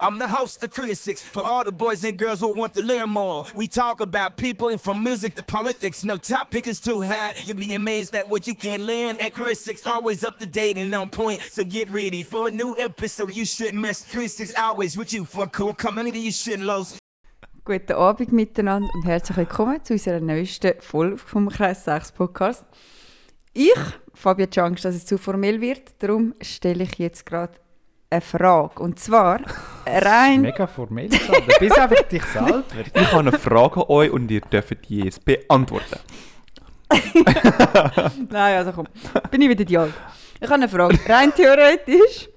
I'm the host of critics for all the boys and girls who want to learn more. We talk about people and from music to politics. No topic is too hot. You'll be amazed at what you can learn at critics. Always up to date and on point. So get ready for a new episode. You shouldn't miss critics always with you for a cool community. You shouldn't lose. Guten Abend miteinander und herzlich willkommen zu unserer neuesten Folge vom Kreis 6 Podcast. Ich, Fabio Angst, dass es zu formell wird, darum stelle ich jetzt gerade eine Frage. Und zwar rein. Mega formell, Sandra. Du bist einfach dich selber. Ich habe eine Frage an euch und ihr dürft die jetzt beantworten. Nein, also komm, bin ich wieder die Alte. Ich habe eine Frage. Rein theoretisch,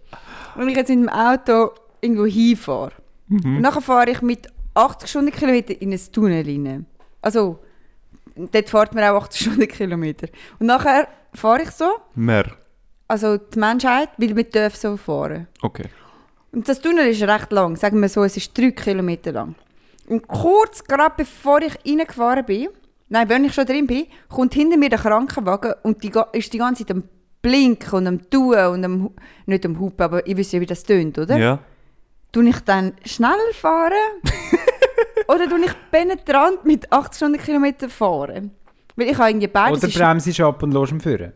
wenn ich jetzt mit dem Auto irgendwo hinfahre, und nachher fahre ich mit 80 Stundenkilometer in ein Tunnel rein. Also, dort fährt man auch 80 Stundenkilometer. Und nachher fahre ich so, Mehr. also die Menschheit, weil wir dürfen so fahren. Okay. Und das Tunnel ist recht lang, sagen wir so, es ist drei Kilometer lang. Und kurz, gerade bevor ich reingefahren bin, nein, wenn ich schon drin bin, kommt hinter mir der Krankenwagen und die ga- ist die ganze Zeit am Blinken und am Tun und am, Hu- nicht am Hupen, aber ich weiß ja, wie das tönt, oder? Ja. Tun ich dann schneller fahren? oder tun ich penetrant mit 80 Stundenkilometer fahren? Weil ich habe irgendwie beides. Oder ist- bremst du ab und lässt ihn führen.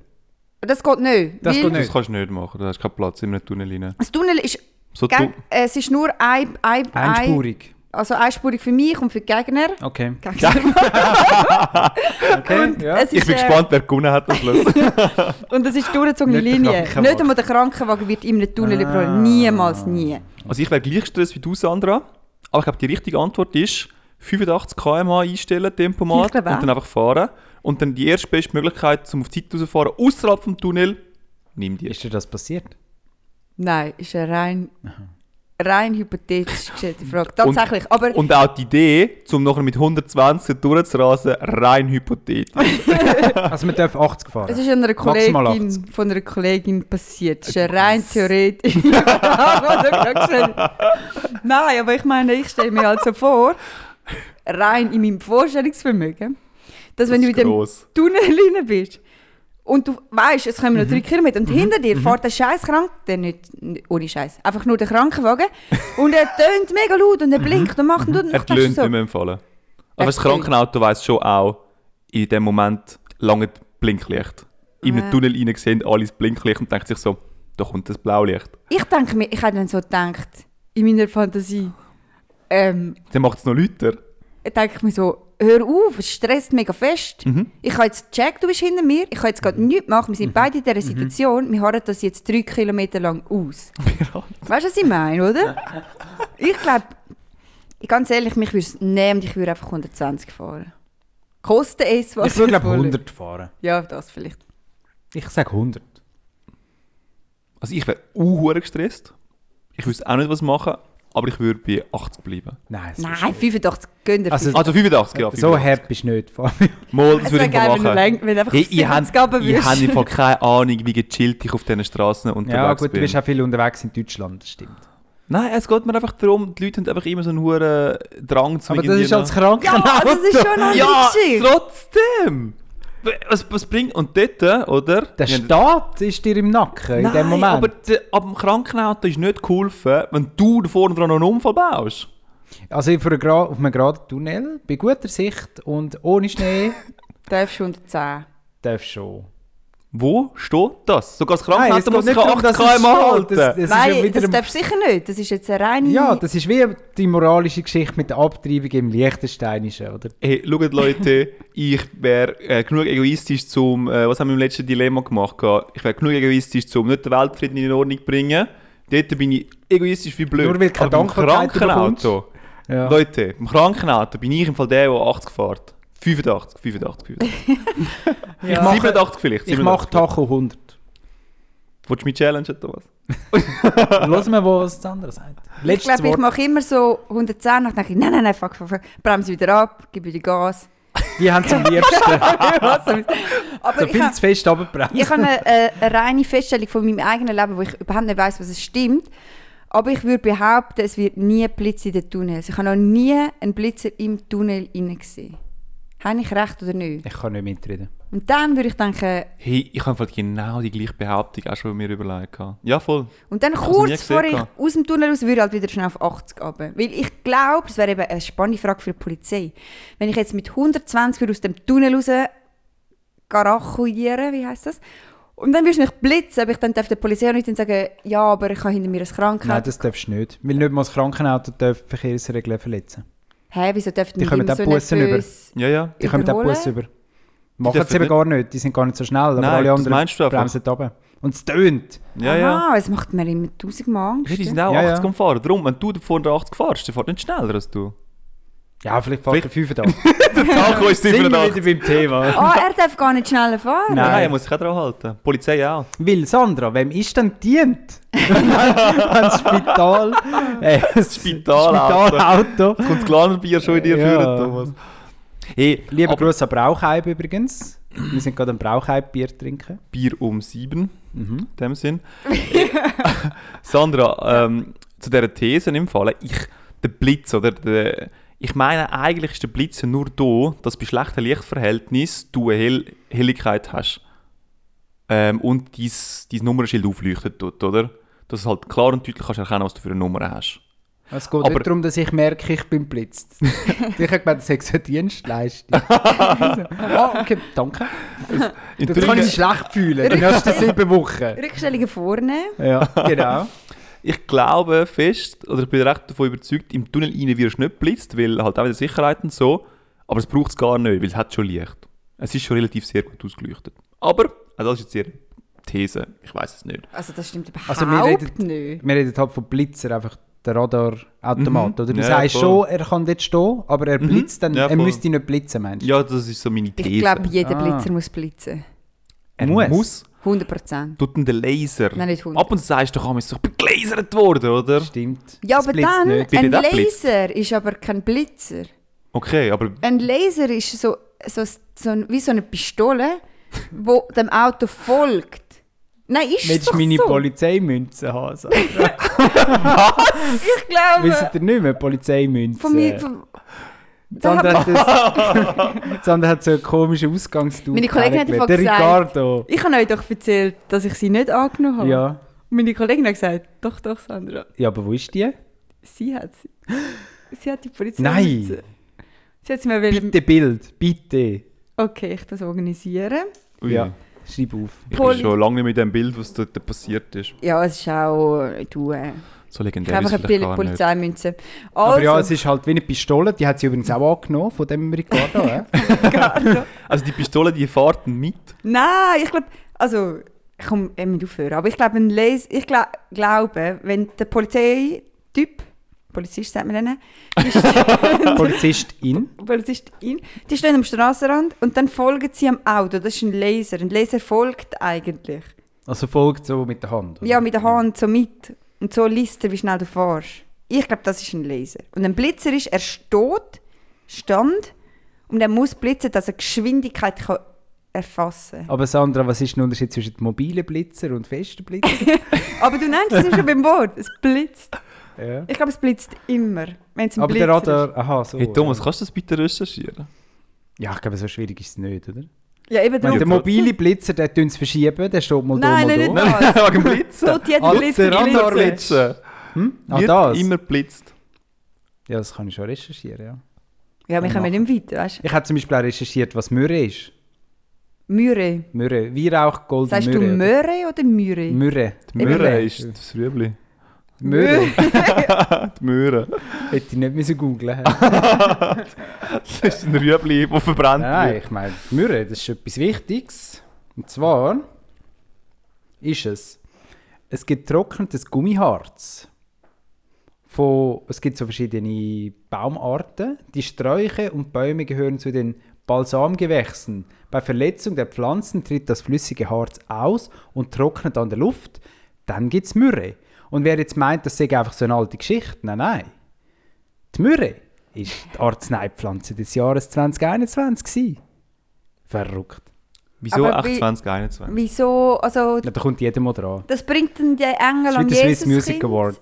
das geht nicht. Das weil geht nicht. Das kannst du nicht machen, da hast du keinen Platz in einem Tunnel rein. Das Tunnel ist, So geg- du, Äh, es ist nur ein, ein, ein, Einspurig. also einspurig für mich und für die Gegner. Okay. Gegner. okay. Ja. Es ist, ich bin äh, gespannt, wer gewonnen hat am Schluss. Und es ist durchgezogene Nicht der Linie. Krankenwagen. Nicht einmal der Krankenwagen wird in einem Tunnel Ah. überholt. Niemals, nie. Also ich wäre gleich gestresst wie du, Sandra. Aber ich glaube, die richtige Antwort ist 85 km/h einstellen, Ich Tempomat glaube auch. und dann einfach fahren. Und dann die erste beste Möglichkeit, um auf die Zeit rauszufahren, außerhalb vom Tunnel, nimm die. Ist dir das passiert? Nein, ist eine rein, rein hypothetisch gestellte Frage. Tatsächlich. aber Und auch die Idee, um nachher mit 120 durchzurasen, rein hypothetisch. Also man darf 80 fahren. es ist einer Maximal Kollegin, von einer Kollegin passiert. Es ist eine Äh, rein theoretisch. Nein, aber ich meine, ich stelle mir also vor, rein in meinem Vorstellungsvermögen, dass wenn du Das in ist dem gross. Tunnel rein bist und du weißt, es kommen noch drei Kilometer und hinter dir fährt der scheiß Krank, der nicht, nicht- ohne Scheiß, einfach nur der Krankenwagen und er tönt mega laut und er blinkt und macht und tut und Er dann denkst löhnt du nicht so, mehr empfehlen. Aber das stimmt. Krankenauto weiss schon auch, in dem Moment lange Blinklicht. In Ja. einem Tunnel rein sehen alle das Blinklicht und denkt sich so, da kommt das Blaulicht. Ich denke mir, ich hätte dann so gedacht, in meiner Fantasie, ähm, Dann macht es noch lauter. denke ich mir so, hör auf, es stresst mega fest. Ich habe jetzt gecheckt, du bist hinter mir, ich kann jetzt gerade nichts machen, wir sind beide in dieser Situation, wir harren das jetzt drei Kilometer lang aus. Weißt du, was ich meine, oder? ich glaube, ganz ehrlich, mich würde es nehmen, ich würde einfach 120 fahren. Koste es, was Ich würde es glaube wolle. 100 fahren. Ja, das vielleicht. Ich sage 100. Also ich wäre unhure gestresst. Ich wüsste auch nicht, was machen, aber ich würde bei 80 bleiben. Nein. es ist- Nein, 85 gönnt Also, Also 85, so ja. 85. hart bist du nicht, Fabio. Mal, das Es würde wäre ich mal geil, wenn du, machen. läng- wenn du einfach Hey, auf ich 70 runter habe ich würdest. hab im Fall keine Ahnung, wie gechillt ich auf diesen Straßen unterwegs Ja gut, du bin. bist auch viel unterwegs in Deutschland, das stimmt. Nein, es geht mir einfach darum, die Leute haben einfach immer so einen hohen Drang zu Aber das ist als Ja, Krankenauto. also das ist schon eine andere Ja, Geschichte. trotzdem! Was, was bringt... Und dort, oder? Der Ja, Staat ist dir im Nacken in Nein, dem Moment. aber de, ab dem Krankenauto ist nicht geholfen, wenn du da vorne dran noch einen Unfall baust. Also auf, einer Gra auf einem geraden Tunnel, bei guter Sicht und ohne Schnee, Darfst du 110. darfst schon. Wo steht das? Sogar das Nein, Krankenauto es muss geht sich nicht an darum, dass 8 es km halten. steht. Das- das- ist ja Nein, wieder das ein- darfst du sicher nicht. Das ist jetzt eine reine... Ja, das ist wie die moralische Geschichte mit der Abtreibung im Liechtensteinischen, oder? Hey, schaut Leute, ich wäre äh, genug egoistisch zum, äh, was haben wir im letzten Dilemma gemacht? gehabt? Ich wäre genug egoistisch zum nicht den Weltfrieden in Ordnung bringen. Dort bin ich egoistisch wie blöd. Nur weil keine Aber beim Dankbarkeit Krankenauto. Ja. Leute, im Krankenauto bin ich im Fall der, der 80 fährt. 85, 85, 85. Ich mache, 87 vielleicht. ich mache Tacho 100. Willst du mich challengen, Thomas? Lass mal, was das andere sagt. ich Letztes glaube, ich Wort. mache immer so 110 nach denke ich, nein, nein, nein, fuck, fuck, fuck. bremse wieder ab, gebe wieder Gas. Die haben zum liebsten. Aber so ich viel habe zu fest runterbremsen. ich hab eine, äh, eine reine Feststellung von meinem eigenen Leben, wo ich überhaupt nicht weiß, was es stimmt. Aber ich würde behaupten, es wird nie ein Blitz in den Tunnels. Ich habe noch nie einen Blitzer im Tunnel hinein gesehen. Habe ich recht oder nicht? Ich kann nicht mitreden. Und dann würde ich denken, Hey, ich habe genau die gleiche Behauptung auch schon mir überlegt. gehabt. Ja, voll. und dann hab's noch nie kurz gesehen vor ich gehabt. aus dem Tunnel raus, würde ich halt wieder schnell auf 80 runter. Weil ich glaube, es wäre eben eine spannende Frage für die Polizei. Wenn ich jetzt mit 120 würde aus dem Tunnel raus garachulieren, wie heisst das? Und dann würdest du mich blitzen, aber ich dann darf der Polizei auch nicht dann sagen, ja, aber ich habe hinter mir ein Nein, Krankheit. das darfst du nicht. Weil nicht mal das Krankenauto darf die Verkehrsregeln verletzen. Hä, wieso dürfen Die kommen immer auch Bussen über. nervös Ja, ja. Die kommen den überholen? Bus über. Machen dürfen sie eben nicht- gar nicht, die sind gar nicht so schnell, aber Nein, alle das anderen meinst du einfach. bremsen runter. Und es tönt. Ja, ja. Aha, es macht mir immer tausendmal Angst. Hey, die sind auch Ja, ja. 80 am Fahren. Darum, wenn du vorne 80 fährst, der fährt nicht schneller als du. Ja, vielleicht fahrt er 85. Tacho ist Sind wir wieder beim Thema. Ah, er darf gar nicht schneller fahren. Nein, Nein. nein, er muss sich auch dran halten. Die Polizei auch. Weil, Sandra, wem ist denn dient? Wenn das Spital... Äh, das Spitalauto. Spitalauto. Kommt das Glanerbier schon in dir Ja. führen, Thomas. Hey, Lieber aber Gruß an Brauchheim übrigens. Wir sind gerade am Brauchheim-Bier trinken. Bier um sieben, Mhm. in dem Sinn. Äh, Sandra, ähm, zu dieser These im Fall, ich, der Blitz, oder der, ich meine, eigentlich ist der Blitz ja nur da, dass bei schlechtem Lichtverhältnis du eine Hell Helligkeit hast ähm, und dein, dein Nummernschild aufleuchtet tut, oder? Dass du halt klar und deutlich kannst erkennen was du für eine Nummer hast. Es geht Aber- nicht darum, dass ich merke, ich bin blitzt. ich habe gemeint, das ist eine Dienstleistung. Ah, okay, danke. In Das kann Thüringen- ich schlecht fühlen, die nächsten sieben Wochen. Rückstellungen vorne. Ja, genau. Ich glaube fest, oder ich bin recht davon überzeugt, im Tunnel rein wirst du nicht blitzt, weil halt auch wieder Sicherheit und so. Aber es braucht es gar nicht, weil es hat schon Licht. Es ist schon relativ sehr gut ausgeleuchtet. Aber, also das ist jetzt ihre These, ich weiß es nicht. Also das stimmt überhaupt Also wir reden- nicht. Wir reden halt von Blitzer, einfach der Radarautomat. Mhm. Oder du Ja, sagst voll. Mhm. schon, er kann dort stehen, aber er blitzt dann, Ja, er voll. müsste nicht blitzen, meinst du? Ja, das ist so meine These. Ich glaube, jeder Ah. Blitzer muss blitzen. er muss. muss. 100 Prozent. tut denn der Laser. Nein, nicht 100. Ab und zu sagst du, komm, ist doch gelasert worden, oder? Stimmt. Ja, Es aber blitzt dann, nicht. Bin ein ich auch blitzt? Laser ist aber kein Blitzer. Okay, aber Ein Laser ist so, so, so ein- wie so eine Pistole, wo dem Auto folgt. Nein, ist es Willst doch du meine so. Polizeimünze haben? Sag. ich glaube, Wisst ihr nicht mehr, Polizeimünze? von mir, von, da Sandra hat, hat, das, Sandra hat so einen komischen Ausgangstour. Meine Kollegin hat Der einfach gesagt- Ricardo. ich habe euch doch erzählt, dass ich sie nicht angenommen habe. Ja. Und meine Kollegin hat gesagt, doch, doch, Sandra, ja, aber wo ist die? sie hat sie. Sie hat die Polizei. Nein! Sie hat sie mir wollen- Bitte Bild, bitte. Okay, ich das organisieren. ui, Ja. Schreib auf. ich Poli- bin schon lange nicht mit dem Bild, was dort passiert ist. Ja, es ist auch äh, du. Äh, So ich legendär habe ist einfach es eine Pil- vielleicht gar nicht. Polizeimünze. Aber ja, es Also, ist halt wie eine Pistole, die hat sie übrigens auch angenommen von dem Ricardo. äh? Also die Pistole, die fahren Oh, mit. nein, ich glaube, also ich komme mit aufhören. Aber ich glaube, ein Les, ich gla glaube, wenn der Polizeityp, Polizist sagt man denen, Polizistin. Polizistin, die stehen am Straßenrand und dann folgen sie am Auto. Das ist ein Laser. Ein Laser folgt eigentlich. Also folgt so mit der Hand. oder? Ja, mit der Hand so mit. Und so liest er, wie schnell du fährst. Ich glaube, das ist ein Laser. Und ein Blitzer ist, er steht, stand, und er muss blitzen, dass er Geschwindigkeit kann erfassen Aber Sandra, was ist der Unterschied zwischen mobilen Blitzer und festen Blitzer? kann. Aber du nennst es ja schon beim Wort. Es blitzt. ja. Ich glaube, es blitzt immer, wenn es ein Aber Blitzer der Radar, aha, so. Hey Thomas, ja. kannst du das bitte recherchieren? Ja, ich glaube, so schwierig ist es nicht, oder? ist. Ja, eben Wenn darum. der mobile Blitzer, der tun es verschieben, der steht mal Nein, da, mal nein, da. nicht Was? Wegen dem Blitzen. Tut jeder Alter, Blitzer Radar blitzen. Blitzen. Ah, Wird das? immer blitzt. Ja, das kann ich schon recherchieren, ja. Ja, wir kommen nicht weiter, weißt du. Ich habe zum Beispiel auch recherchiert, was Myrrhe ist. Möhre. Myrrhe, Weihrauch, Gold, Sagst du Myrrhe? Möhre oder Möhre? Myrrhe. Die Möhre ist das Rüebli. Myrrhe. Die Möhre. Hätte ich nicht müssen googlen Das ist ein Rüebli, das verbrennt Nein, wird. ich meine, Myrrhe, das ist etwas Wichtiges. Und zwar ist es ein getrocknetes Gummiharz. Von, es gibt so verschiedene Baumarten. Die Sträuche und Bäume gehören zu den Balsamgewächsen. Bei Verletzung der Pflanzen tritt das flüssige Harz aus und trocknet an der Luft. Dann gibt es Myrrhe. Und wer jetzt meint, das sei einfach so eine alte Geschichte, nein, nein. Die Myrrhe ist die Arzneipflanze des Jahres 2021. gewesen. Verrückt. Wieso Aber wie- 28, 21? Wieso? Also, Ja, da kommt jeder mal dran. das bringt dann den Engel Das ist am wie der Swiss Jesus. Music Award.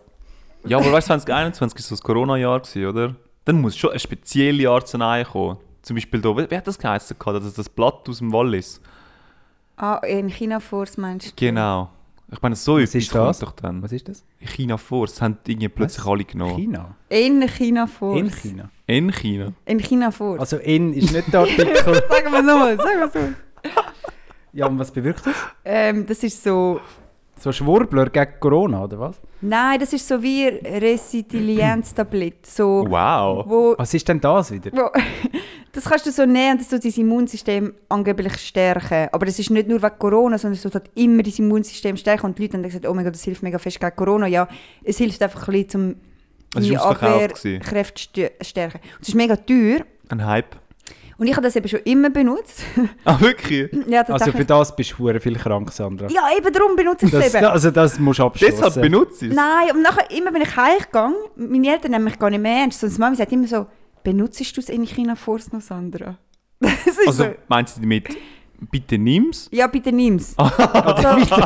Ja, aber weißt du, 2021 war so das Corona-Jahr, gewesen, oder? Dann muss schon eine spezielle Arznei kommen. zum Beispiel da, wer hat das geheißen? gehabt? Das, das Blatt aus dem Wallis. Ah, in China Force meinst du? Genau. Ich meine, so Was ist das? kommt doch dann. Was ist das? China vor, das haben irgendwie plötzlich Was? alle genommen. China. In China Force. In China. In China. In China Force. Also in ist nicht der Artikel. sagen wir es nochmal, sagen wir es nochmal. ja, und was bewirkt das? Ähm, das ist so... So Schwurbler gegen Corona, oder was? Nein, das ist so wie Resilienztablett. So, Wow. wo, Was ist denn das wieder? wo, das kannst du so nehmen, dass du dein Immunsystem angeblich stärken. Aber das ist nicht nur wegen Corona, sondern es tut immer dein Immunsystem stärken. Und die Leute haben dann gesagt, oh mein Gott, das hilft mega fest gegen Corona. Ja, es hilft einfach ein bisschen, um Ah, Es deine war ausverkauft. gewesen. Abwehrkräfte stö- stärken. Und es ist mega teuer. Ein Hype. Und ich habe das eben schon immer benutzt. Ah, wirklich? ja, Also tatsächlich. für das bist du hure viel krank, Sandra. ja, eben darum benutze ich es Das, eben. da- also das musst du abschließen. Deshalb benutze ich es. Nein, und nachher, immer wenn ich heimgegangen meine Eltern nehmen mich gar nicht mehr ernst. Sonst Mami sagt immer so, benutzt du es in China Force noch, Sandra? Das ist Also so, meinst du damit, bitte nimm's? ja, bitte nimm's. Oh, Bitte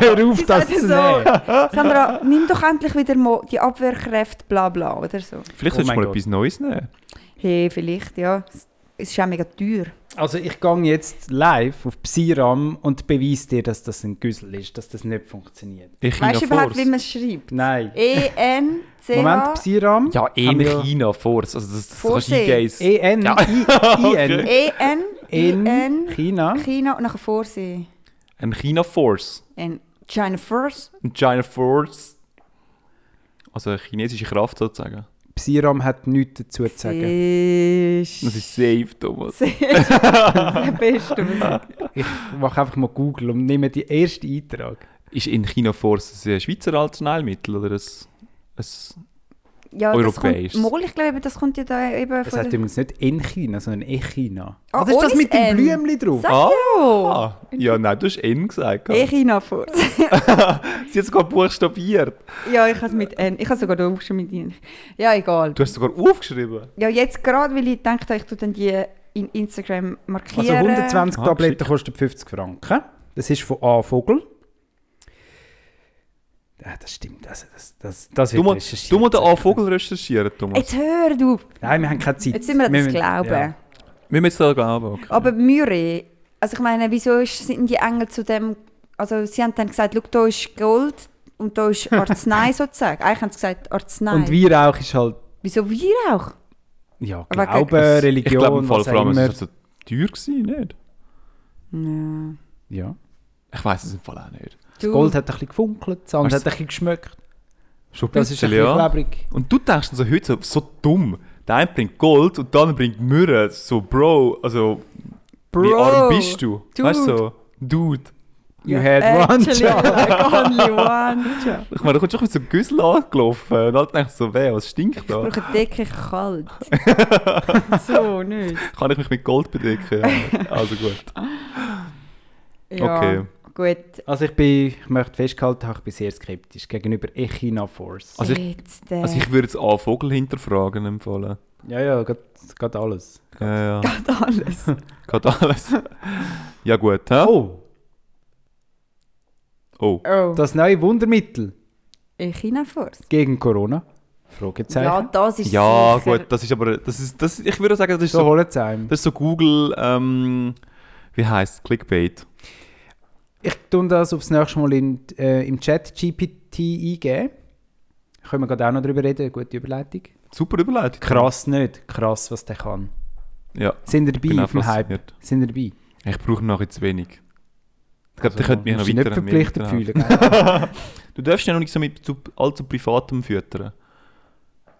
hör auf, Sie das sagen zu so. nehmen. Sandra, nimm doch endlich wieder mal die Abwehrkräfte, bla bla, oder so. Vielleicht Oh mein solltest du mal Gott. etwas Neues nehmen. Hey, vielleicht, ja. Es- Es ist auch mega teuer. Also ich gehe jetzt live auf Psiram und beweise dir, dass das ein Güssel ist, dass das nicht funktioniert. In China weißt du überhaupt, wie Force. man es schreibt? Nein. E Moment, E-N-C-H... Psiram. Ja, in Haben wir- China Force. Also das, das kannst du Vorsehen. eingeissen. E-N, Ja. I-N, E-N... E in I-N... China. China und nachher Vorsee. Ein China Force. N. China Force. Ein China Force. Also eine chinesische Kraft sozusagen. Psiram hat nichts dazu zu sagen. Siehst. Das ist safe, Thomas. Siehst du? Das bist du. Ich mache einfach mal Google und nehme den ersten Eintrag. Ist in China Force ein Schweizer Arzneimittel oder ein... ein Ja, das Europäisch. kommt, Mol, ich glaube, das kommt ja da eben Das heißt der- übrigens nicht in China, sondern in China. Ah, Was ist das ohne mit N. dem Blümchen drauf? Sag Ah. Oh. ja! ah, ja, nein, du hast N gesagt. Eh China vor. Sie hat sogar buchstabiert. ja, ich habe es mit N. Ich habe sogar da schon mit Ihnen. Ja, egal. Du hast sogar aufgeschrieben. Ja, jetzt gerade, weil ich gedacht habe, ich tue dann die in Instagram Also markieren. 120 Ah, Tabletten kosten 50 Franken. Das ist von A. Vogel. Ja, das stimmt. Also, das, das, das Du wird musst, recherchiert. du musst den A-Vogel recherchieren, Thomas. Jetzt hör du! Nein, wir haben keine Zeit. Jetzt sind wir an das müssen- Glauben. Ja. Wir müssen jetzt da glauben. Okay. Aber Müre, also ich meine, wieso ist, sind die Engel zu dem, also sie haben dann gesagt, schau, da ist Gold und da ist Arznei sozusagen. Eigentlich haben sie gesagt Arznei. Und Weihrauch ist halt, Wieso wir auch? ja, Aber Glauben, gegen- ich glaube, im Religion, Fall was vor auch allem, es immer. war so teuer, gewesen, nicht? Ja. Ja. Ich weiß es im Fall auch nicht. Du, Gold hat ein bisschen gefunkelt, das andere Hast hat ein bisschen geschmeckt. Schon ein Das ist ein bisschen, bisschen ja. klebrig. Und du denkst so heute so, so dumm. Der eine bringt Gold und der andere bringt Myrrhe. So, Bro, also, wie Bro, arm bist du? Weißt du, Dude. so, Dude. You Äh, had one actually, job. Only one job. Ich meine, da kommt schon mit so einem Güssel angelaufen. Und dann denkst du so, weh, was stinkt Ich da? brauche eine Decke kalt. so, nicht. Kann ich mich mit Gold bedecken? Ja. Also gut. Ja, Okay. Gut. Also ich, bin, ich möchte festgehalten haben, ich bin sehr skeptisch gegenüber Echina Force. Also ich- Jetzt, äh, Also ich würde jetzt an Vogel hinterfragen empfehlen. Ja, ja, geht alles. Ja, ja. geht alles. Geht alles. ja gut, hä? Oh, Oh. Oh, das neue Wundermittel in China Force. gegen Corona? Ja, Fragezeichen. das ist Ja, sicher. gut, das ist aber. Das ist, das, ich würde sagen, das ist so so, holen sie einem. das ist so Google. Ähm, wie heißt Clickbait? Ich tue das aufs nächste Mal in, äh, im Chat GPT eingeben. Können wir gerade auch noch darüber reden, gute Überleitung. Super Überleitung. Krass nicht, krass was der kann. Ja, Sind ihr bin dabei auch auf dem Hype? fasziniert. Sind ihr dabei? Also, ich brauche noch jetzt wenig. Ich glaube, ich könnte mich noch musst dich nicht weiter- verpflichtet weiter- fühlen. gell? Du darfst ja noch nicht so mit zu, allzu privatem füttern.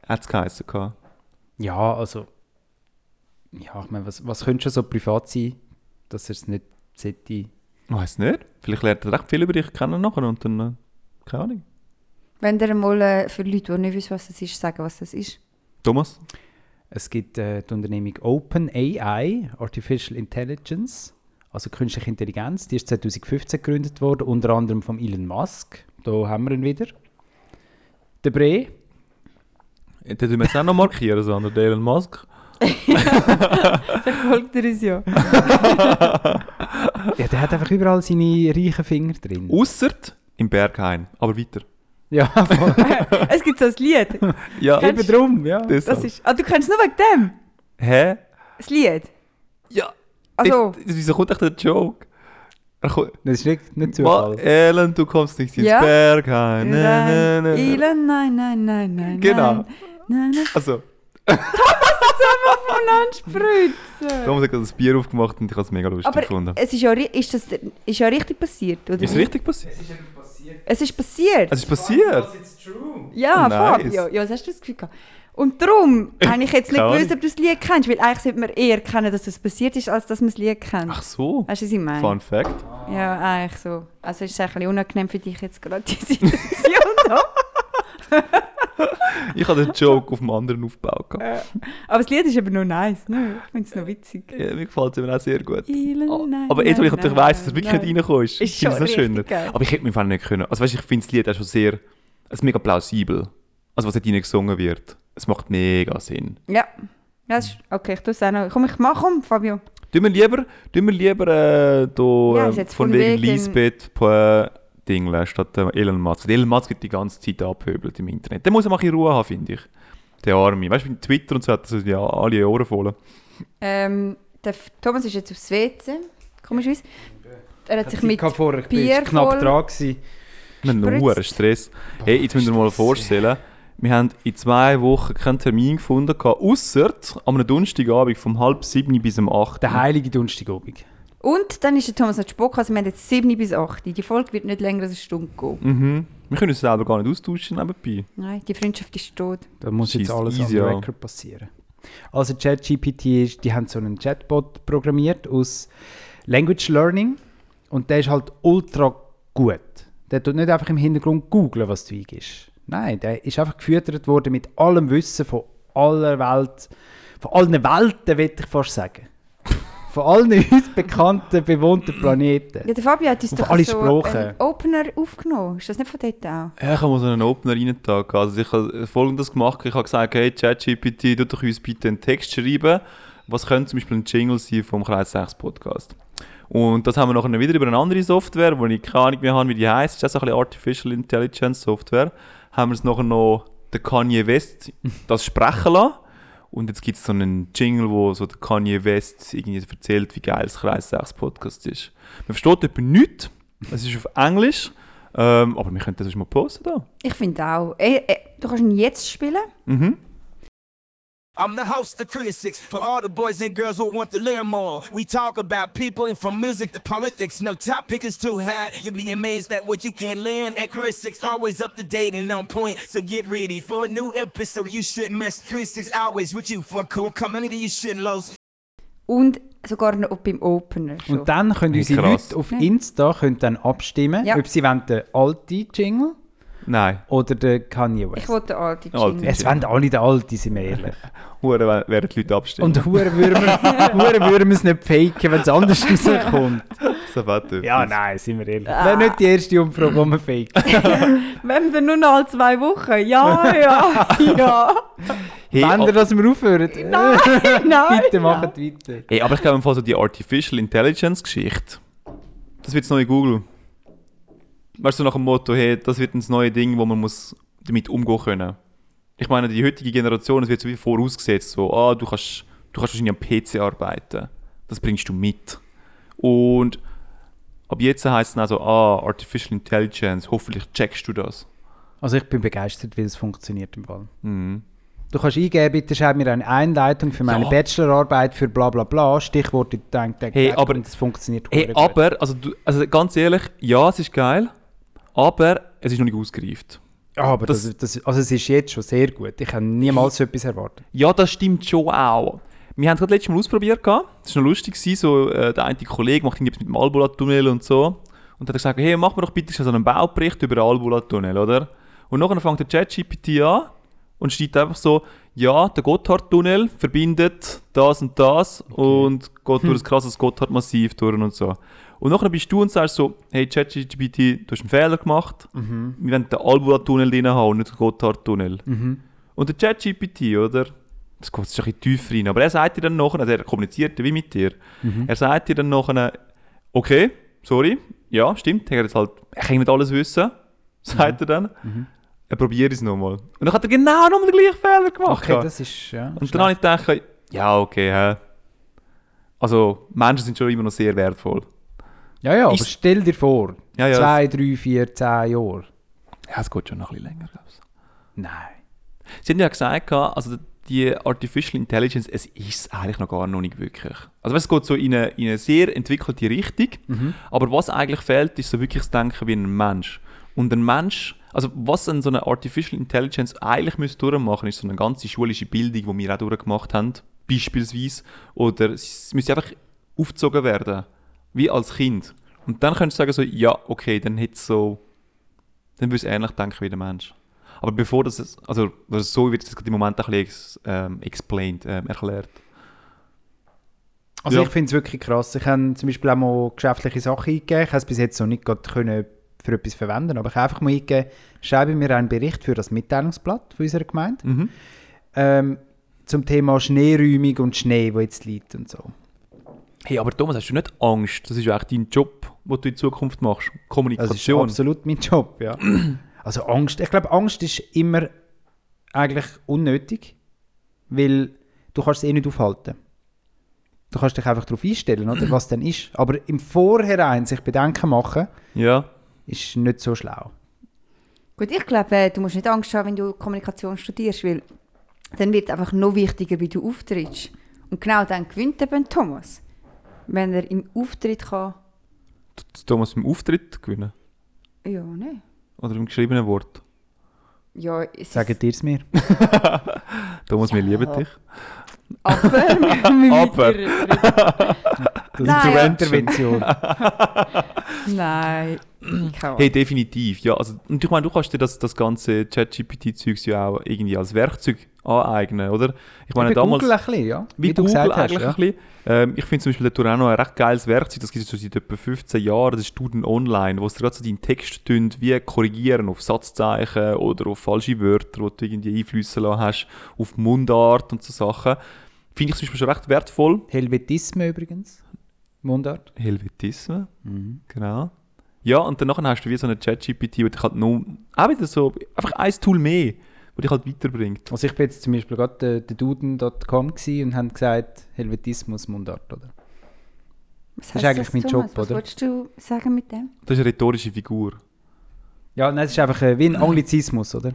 Hat es geheißen. gehabt. Ja, also. Ja, ich meine, was, was könnte schon so privat sein, dass er es nicht sollte? Weiß nicht. Vielleicht lernt er recht viel über dich kennen nachher und dann. Äh, keine Ahnung. Wenn ihr mal äh, für Leute, die nicht wissen, was das ist, sagen, was das ist. Thomas? Es gibt äh, die Unternehmung OpenAI, Artificial Intelligence, also künstliche Intelligenz. Die ist 2015 gegründet worden, unter anderem von Elon Musk. Da haben wir ihn wieder. Der Bre. Dann tun wir es auch noch markieren, Sandra. Der Elon Musk. Folgt ihr uns ja. Ja, der hat einfach überall seine reichen Finger drin. Ausser im Berghain. Aber weiter. Ja, voll. es gibt so ein Lied. Ja, Kennst- eben drum, ja. das Das ist, ah, du kennst es nur wegen dem? Hä? Das Lied. Ja. Also- Ich, wieso kommt echt der Joke? Er kommt, Das ist nicht, nicht Ma, Zufall. Ellen, du kommst nicht ins Ja. Bergheim. Nein, Nein, nein, nein. Elon, nein, nein, nein, nein. Genau. Nein, nein, nein. Also, Voneinander spritzen. Thomas hat gerade das Bier aufgemacht und ich habe es mega lustig Aber gefunden. es ist ja, ri- ist das, ist ja richtig passiert, oder? Ist Also es nicht? richtig passiert? Es ist passiert. Es ist passiert. ja, nice. Fabio. Ja, das hast du das Gefühl gehabt. Und darum habe ich jetzt nicht Keine gewusst, Ahnung. ob du das Lied kennst, weil eigentlich sollte man eher kennen, dass das passiert ist, als dass man das Lied kennt. Ach so. Weißt du, was ich meine? Fun Fact. Ja, eigentlich so. Also ist es ein bisschen unangenehm für dich jetzt gerade die Situation da. Ich habe den Joke auf dem anderen aufgebaut. gehabt. Aber das Lied ist eben noch nice. Ne? Ich finde es noch witzig. Oh, Ja, mir gefällt es mir auch sehr gut. Oh, Elon, Äh. nein, Aber jetzt, wo ich nein, natürlich weiss, dass nein, du wirklich nein. nicht reinkommst, Ist finde ich schon es noch schöner. richtig geil. Aber ich hätte mich nicht können. Also weißt, du, ich finde das Lied auch schon sehr, es ist mega plausibel. Also was da drin gesungen wird. Es macht mega Sinn. Ja. ja das ist, okay, ich tue es auch noch. Komm, ich mach um, Fabio. Tun wir lieber, tun wir lieber äh, do, Ja, äh, ist jetzt von von wegen wegen- Lisbeth äh, Dingle statt äh, Elon Musk. Elon Musk wird die ganze Zeit abhöbelt im Internet. Der muss er mal in Ruhe haben, finde ich. Der Arme. Weißt du, mit Twitter und so hat das ja alle Ohren voll. Ähm, der F- Thomas ist jetzt aufs WC. Komischerweise. Er hat sich mit. Ich vorher, ich bin Bier jetzt knapp voll- dran gewesen. Ein Spritzt. hoher Stress. Hey, jetzt müsst ihr mal vorstellen, wir haben in zwei Wochen keinen Termin gefunden, außer am Donnerstagabend vom halb sieben bis um acht. Der heilige Donnerstagabend. Und dann ist der Thomas noch zu Bock. Also, wir haben jetzt 7 bis 8. Die Folge wird nicht länger als eine Stunde gehen. Mhm. Wir können uns selber gar nicht austauschen nebenbei. Nein, die Freundschaft ist tot. Da muss jetzt Scheisst alles easy on the an. record passieren. Also ChatGPT, ist- die haben so einen Chatbot programmiert aus Language Learning und der ist halt ultra gut. Der tut nicht einfach im Hintergrund googlen, was du eingibst. Nein, der ist einfach gefüttert worden mit allem Wissen von aller Welt, von allen Welten, würde ich fast sagen. Von allen uns bekannten, bewohnten Planeten. Ja, der Fabio hat uns Auf doch alle so Sprachen. einen Opener aufgenommen. Ist das nicht von dort auch? Ja, Ich habe mal so einen Opener reintag. Also ich habe folgendes gemacht. Ich habe gesagt, hey ChatGPT, tu doch uns bitte einen Text schreiben. Was könnte zum Beispiel ein Jingle sein vom Kreis 6 Podcast? Und das haben wir nachher wieder über eine andere Software, wo ich keine Ahnung mehr habe, wie die heisst. Ist das so ein bisschen Artificial Intelligence Software? Haben wir es nachher noch der Kanye West das sprechen lassen. Und jetzt gibt es so einen Jingle, wo so der Kanye West irgendwie erzählt, wie geil das Kreis 6 Podcast ist. Man versteht etwa nichts. Es ist auf Englisch. Ähm, aber wir können das mal posten da. Ich finde auch. Ey, ey, du kannst ihn jetzt spielen. Mhm. I'm the host of Critics for all the boys and girls who want to learn more. We talk about people and from music to politics. No topic is too hot. You'll be amazed at what you can learn at Critics. Always up to date and on point. So get ready for a new episode. You shouldn't miss Critics always with you for a cool community. You shouldn't lose. Und sogar noch beim Opener. Schon. Und dann können Hey, unsere krass. Leute auf Ja. Insta können dann abstimmen, Ja. ob sie wollen den alten Jingle Nein, oder den Kanye West. ich wollte den alten Alte. Jingle. Es wollen alle den Alten, sind wir ehrlich. Hure werden die Leute abstimmen. Und Huren würden wir- Huren würden wir es nicht faken, wenn es anders rauskommt. so fett etwas. Ja, nein, sind wir ehrlich. Wäre nicht die erste Umfrage, die wir faken. Wenn wir nur noch alle zwei Wochen. Ja, ja, Genau. ja. Hey, Wenn ihr al- das mal aufhört, Nein. bitte macht weiter. hey, aber ich glaube im Fall so die Artificial Intelligence Geschichte. Das wird das neue Google. Weißt du, nach dem Motto, hey, das wird ein neues Ding, wo man muss damit umgehen können. Ich meine, die heutige Generation, es wird so wie vorausgesetzt, so, ah, du kannst, du kannst wahrscheinlich am PC arbeiten. Das bringst du mit. Und ab jetzt heisst es dann so, ah, Artificial Intelligence, hoffentlich checkst du das. Also ich bin begeistert, wie es funktioniert im Fall. Mhm. Du kannst eingeben, bitte schreib mir eine Einleitung für meine Ja. Bachelorarbeit für bla bla bla, Stichworte denk, denk, Hey, denk, aber- und es funktioniert Hey, verdammt gut. aber, also, du, also ganz ehrlich, ja, es ist geil, aber es ist noch nicht ausgereift. Ja, aber das- das, das, also es ist jetzt schon sehr gut. Ich habe niemals so etwas erwartet. Ja, das stimmt schon auch. Wir haben es gerade letztes Mal ausprobiert. gehabt. Es war noch lustig, gewesen, so, äh, der eine Kollege macht irgendwas mit dem Albola-Tunnel und so. Und dann hat er gesagt, hey, mach mir doch bitte so einen Baubericht über den Albola-Tunnel, oder? Und nachher fängt der ChatGPT an und schreibt einfach so, ja, der Gotthard-Tunnel verbindet das und das und geht durch das krasses Gotthard-Massiv durch und so. Und nachher bist du und sagst so, hey, ChatGPT, du hast einen Fehler gemacht. Wir wollen den Albola-Tunnel drin haben und nicht den Gotthard-Tunnel. Und der ChatGPT, oder? Das geht schon ein bisschen tiefer rein. Aber er sagt dir dann nachher, also er kommuniziert wie mit dir. Er sagt dir dann nachher, okay, sorry, ja, stimmt, er, hat jetzt halt, er kann nicht alles wissen, sagt er dann. Er probiert es nochmal. Und dann hat er genau nochmal den gleichen Fehler gemacht. Okay, das ist ja, und dann habe ich gedacht, ja, okay, hä. Also, Menschen sind schon immer noch sehr wertvoll. Ja, ja, aber Ist- stell dir vor, Ja, ja, zwei, drei, vier, zehn Jahre. Ja, es geht schon noch ein bisschen länger, glaube ich. Nein. Sie haben ja gesagt, gehabt, also die Artificial Intelligence, es ist es eigentlich noch gar noch nicht wirklich. Also weißt, du, es geht so in eine, in eine sehr entwickelte Richtung, aber was eigentlich fehlt, ist so wirklich das Denken wie ein Mensch. Und ein Mensch, also was an so eine Artificial Intelligence eigentlich müsste durchmachen, ist so eine ganze schulische Bildung, die wir auch durchgemacht haben, beispielsweise, oder es müsste einfach aufgezogen werden, wie als Kind. Und dann könntest du sagen so, ja, okay, dann hätte es so dann würde ich ähnlich denken wie der Mensch. Aber bevor das, es- also also so wird es gerade im Moment ein bisschen ex, ähm, explained, ähm, erklärt. Also Ja. ich finde es wirklich krass. Ich habe zum Beispiel auch mal geschäftliche Sachen eingegeben. Ich habe es bis jetzt noch nicht gerade können für etwas verwenden, aber ich habe einfach mal eingegeben, schreibe mir einen Bericht für das Mitteilungsblatt von unserer Gemeinde Mhm. ähm, zum Thema Schneeräumung und Schnee, wo jetzt liegt und so. Hey, aber Thomas, hast du nicht Angst? Das ist ja echt dein Job, den du in Zukunft machst. Das ist Kommunikation. absolut mein Job, ja. Also Angst, ich glaube Angst ist immer eigentlich unnötig, weil du kannst es eh nicht aufhalten. Du kannst dich einfach darauf einstellen, oder, was denn ist. Aber im Vorhinein sich Bedenken machen, ja. ist nicht so schlau. Gut, ich glaube, äh, du musst nicht Angst haben, wenn du Kommunikation studierst, weil dann wird einfach noch wichtiger, wie du auftrittst. Und genau dann gewinnt eben Thomas, wenn er im Auftritt kann. Du- Thomas im Auftritt gewinnen. Ja, ne? Oder im geschriebenen Wort. Ja, es Sagt ist ihr es mir? Thomas, wir lieben dich. aber. wir Aber. weiter- Nein, ja. Intervention. Nein. Keine Ahnung. Hey, definitiv. Ja, also, und ich meine, du kannst dir das, das ganze ChatGPT-Zeugs ja auch irgendwie als Werkzeug aneignen, oder? Ich meine, Bei damals. Google ein bisschen, ja. wie, du Google gesagt hast, eigentlich ja. ein bisschen. Ähm, ich finde zum Beispiel der Turano ein recht geiles Werkzeug, das gibt es schon seit etwa 15 Jahren, das ist Duden Online, wo es dir gerade so deinen Text tun, wie korrigieren auf Satzzeichen oder auf falsche Wörter, die du irgendwie einflüssen lassen hast, auf Mundart und so Sachen. Finde ich zum Beispiel schon recht wertvoll. Helvetisme übrigens. Mundart. Helvetismen, Mhm. genau. Ja, und danach hast du wie so eine ChatGPT, wo dich halt nur, auch wieder so, einfach ein Tool mehr, wo dich halt weiterbringt. Also ich bin jetzt zum Beispiel gerade äh, der Duden.com gsi und haben gesagt, Helvetismus Mundart, oder? Was ist heisst eigentlich mein Job, Was oder? wolltest du sagen mit dem? Das ist eine rhetorische Figur. Ja, nein, es ist einfach äh, wie ein Anglizismus, oder?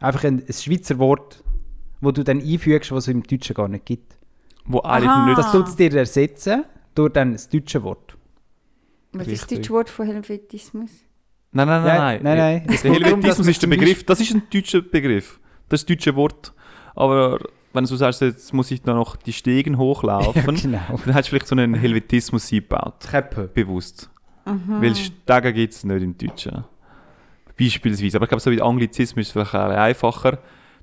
Einfach ein, ein Schweizer Wort, wo du dann einfügst, was es im Deutschen gar nicht gibt. Wo eigentlich Aha. nicht Das tut es dir ersetzen durch dann das deutsche Wort. Was ist Richtig. das Wort von Helvetismus? Nein, nein, Ja, nein. nein, nein. Es Der geht darum, dass Helvetismus man ist der zum Begriff, das ist ein deutscher Begriff. Das ist das deutsche Wort. Aber wenn du sagst, jetzt muss ich da noch die Stegen hochlaufen, genau. dann hast du vielleicht so einen Helvetismus eingebaut. Treppe. Bewusst. Weil Stegen gibt es nicht im Deutschen. Beispielsweise. Aber ich glaube, so wie Anglizismus ist es vielleicht ein bisschen einfacher.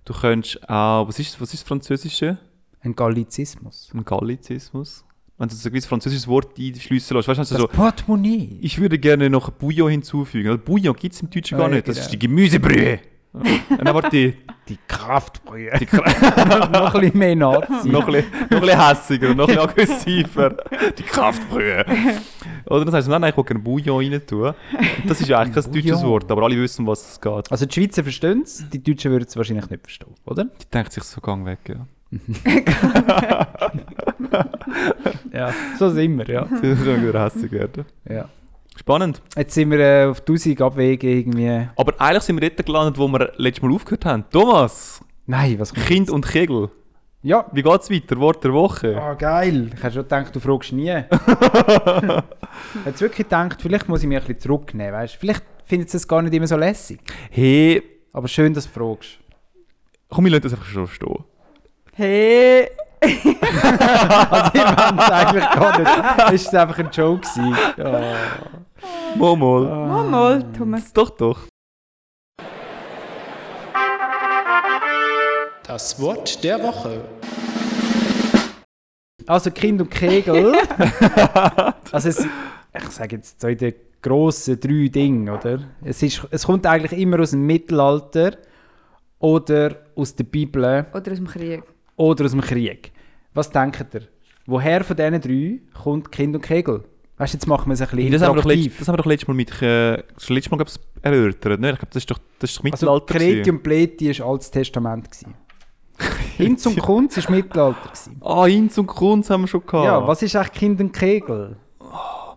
Du könntest auch, was ist, was ist das Französische? Ein Gallizismus. Ein Gallizismus? Wenn du so ein gewisses französisches Wort einschliessen lässt, weißt du, also Das so, Portemonnaie. ich würde gerne noch Bouillon hinzufügen. Also Bouillon gibt es im Deutschen gar Ja, nicht. Das genau. ist die Gemüsebrühe. Und aber die, Die Kraftbrühe. die Kra- Noch ein bisschen mehr Nazi. noch, ein bisschen, noch ein bisschen hässiger, noch ein bisschen aggressiver. Die Kraftbrühe. Oder dann sagst du, nein, nein, ich will gerne Bouillon rein tun. Und Das ist ja eigentlich kein deutsches Bouillon. Wort, aber alle wissen, um was es geht. Also die Schweizer verstehen es, die Deutschen würden es wahrscheinlich nicht verstehen, oder? Die denkt sich so gang weg. Ja. Ja. So sind wir, ja. Sie können wieder hässig werden. ja. Spannend. Jetzt sind wir äh, auf 1000 Abwege irgendwie... Aber eigentlich sind wir dort gelandet, wo wir letztes Mal aufgehört haben. Thomas, Nein, was kommt? Kind und Kegel. Ja. Wie geht's weiter? Wort der Woche. Ah, geil. Ich habe schon gedacht, du fragst nie. ich habe jetzt wirklich gedacht, vielleicht muss ich mich ein bisschen zurücknehmen, weißt? Vielleicht findet es gar nicht immer so lässig. Hey, Aber schön, dass du fragst. komm, wir lassen das einfach schon stehen. Hey! Also ihr wollt es eigentlich gar nicht. Es war einfach ein Joke. gewesen. Ja. Mal, mal. Mal, Ah. mal, Thomas. Doch, doch. Das Wort der Woche. Also Kind und Kegel. also es, ich sage jetzt so in den grossen drei Dingen, oder? Es, ist, es kommt eigentlich immer aus dem Mittelalter oder aus der Bibel. Oder aus dem Krieg. oder aus dem Krieg. Was denkt ihr? Woher von diesen drei kommt Kind und Kegel? Weißt du, jetzt machen wir es ein bisschen das, haben wir doch letzt, interaktiv. das haben wir doch letztes Mal mit äh, das letzte Mal glaub's, erörtert. Ne? Ich glaube, das ist doch das ist doch Also Mittelalter. Kreti gewesen. und Pleti war altes Testament. Gewesen. Hinz und Kunz war Mittelalter. Gewesen. Ah, Inz und Kunz haben wir schon gehabt. Ja, was ist eigentlich Kind und Kegel?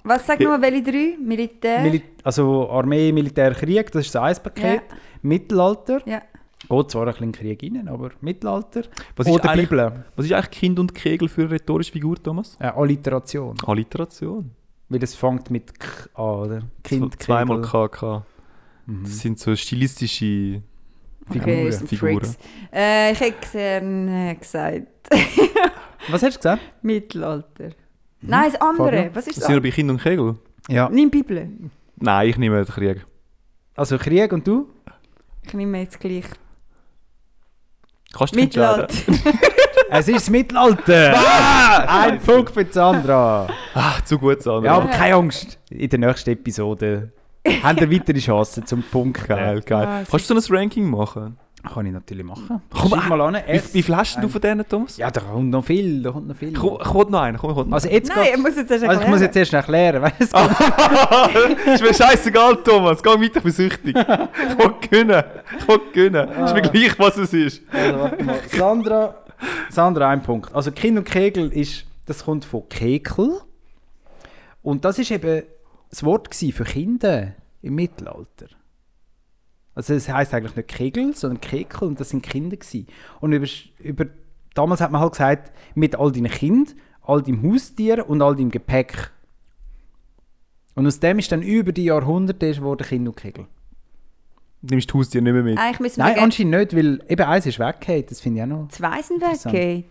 Was sagt nochmal welche drei? Militär? Mili also Armee, Militär, Krieg, das ist so ein Paket. Ja. Mittelalter, ja. geht zwar ein bisschen in den Krieg rein, aber Mittelalter. Was ist Oder eigentlich- Bibel, Was ist eigentlich Kind und Kegel für eine rhetorische Figur, Thomas? äh, Alliteration. Alliteration. Weil es fängt mit K an, oder? So Kind, zweimal Kegel. Mhm. KK. Das sind so stilistische. Okay, das sind Figuren. Freaks. Äh, ich hätte gerne äh, gesagt Was hast du gesagt? Mittelalter. Nein, das andere. Mhm. Fabio? Was ist das? Sind wir bei Kind und Kegel? Ja. Nimm Bibel. Nein, ich nehme den Krieg. Also Krieg und du? Ich nehme jetzt gleich. Kannst du dich entscheiden? Mittelalter. Es ist das Mittelalter! Ein Punkt für Sandra! Ah, zu gut, Sandra. Ja, aber keine Angst. In der nächsten Episode haben wir weitere Chancen zum Punkt. Geil, geil. Ah, Kannst du so ein Ranking machen? Kann ich natürlich machen. Komm, Schreib ah, mal an. Wie, wie viel hast du ein- von denen, Thomas? Ja, da kommt noch viel, da kommt noch viel. Ich, ich wollte noch einen. Komm, ich wollte noch Also jetzt Nein, ich geht's- muss jetzt erst also ich muss jetzt erklären. erst erklären, weißt du? ist mir scheißegal, Thomas. Geh weiter, ich bin süchtig. Ich will gewinnen. Ich will gewinnen. Ist mir gleich, was es ist. Also, warte mal. Sandra, Sandra, ein Punkt. Also Kind und Kegel ist, das kommt von Kekel. Und das ist eben das Wort gsi für Kinder im Mittelalter. Also es heißt eigentlich nicht Kegel, sondern Kekel und das sind Kinder gsi. Und über, über damals hat man halt gesagt, mit all deinen Kind, all deinem Haustier und all deinem Gepäck. Und aus dem ist dann über die Jahrhunderte ist worden Kind und Kegel. Nimmst du Haustier nicht mehr mit? Eigentlich müssen wir Nein, gerne anscheinend nicht, weil eben eins ist weggeht, das finde ich auch noch. zwei sind Interessant. weggehen.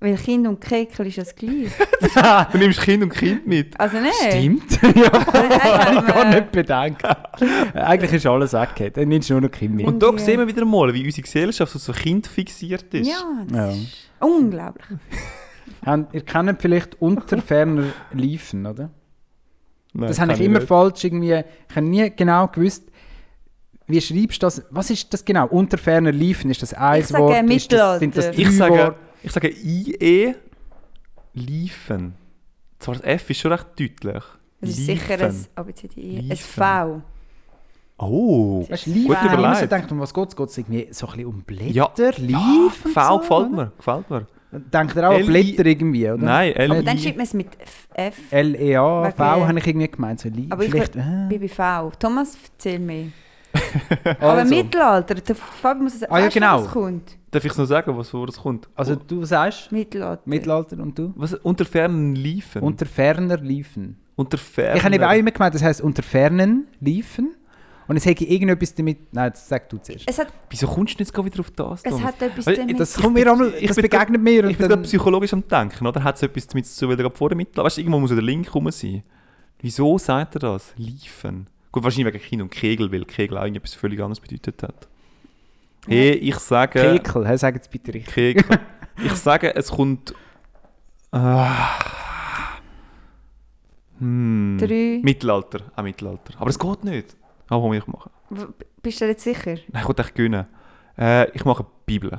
Weil Kind und Kekel ist das gleich. Ah. Du nimmst Kind und Kind mit. Also nein. Stimmt. ja, Nein, habe ich gar ähm, Äh. nicht bedenkt. Eigentlich ist alles weggeht. Dann nimmst du nur noch Kim mit. Und Und da die- sehen wir wieder mal, wie unsere Gesellschaft so kindfixiert ist. Ja, das Ja. ist unglaublich. Haben- Ihr kennt vielleicht unter ferner Liefen, oder? Nein, Das habe kann ich immer Äh, nicht. falsch irgendwie. Ich habe nie genau gewusst, wie schreibst du das? Was ist das genau? Unter ferner Liefen ist das ein Ich sage Wort? Ist das, Mittelalter. sind das drei Ich sage, Worte? ich sage IE liefen. Zwar das F ist schon recht deutlich. Das ist Liefen. sicher ein ABCDE. Liefen. Ein V. Oh, Weißt du, Liefen? Gut ich habe immer so überlegt. gedacht, um was geht es? Geht es irgendwie so ein bisschen um Blätter, Ja. Liefen? V so, gefällt oder? mir, gefällt mir. Denkt ihr auch an L- Blätter irgendwie, oder? Nein, Und dann schreibt L man es mit F. F. L-E-A, V Wegen- habe ich irgendwie gemeint. So Liefen. Aber ich Vielleicht, bin äh. bei V. Thomas, erzähl mir. Aber Also. Mittelalter, der Fabi muss es Ah, ja, Weißt du, genau. was kommt. Darf ich noch sagen, was wo das kommt? Also du sagst Mittelalter. Mittelalter und du? was, unter fernen Liefen. Unter ferner Liefen. unter fernen. Ich habe eben auch immer gemeint, das heisst unter fernen Liefen. Und es hätte irgendetwas damit... Nein, das sag du zuerst. Es hat, Wieso kommst du jetzt gerade wieder auf das? es Thomas? hat etwas Weil- damit. Das kommt mir einmal... Das bin begegnet mir Ich und bin gerade dann... psychologisch am Denken, oder? Hat es etwas damit zu tun, weil er gerade vorher mitläuft? Weißt du, irgendwo muss ja der Link rum sein. Wieso sagt er das? Liefen. Gut, wahrscheinlich wegen Kind und Kegel, weil Kegel auch irgendetwas völlig anderes bedeutet hat. Hey, ich sage. Kekel, hey, sag jetzt bitte richtig. Kegel. ich sage, es kommt. Ah. hm. Drei. Mittelalter. Auch Mittelalter. Aber es geht nicht. Aber was muss ich machen? W- Bist du dir jetzt sicher? Nein, ich will echt gewinnen. Äh, ich mache Bibel.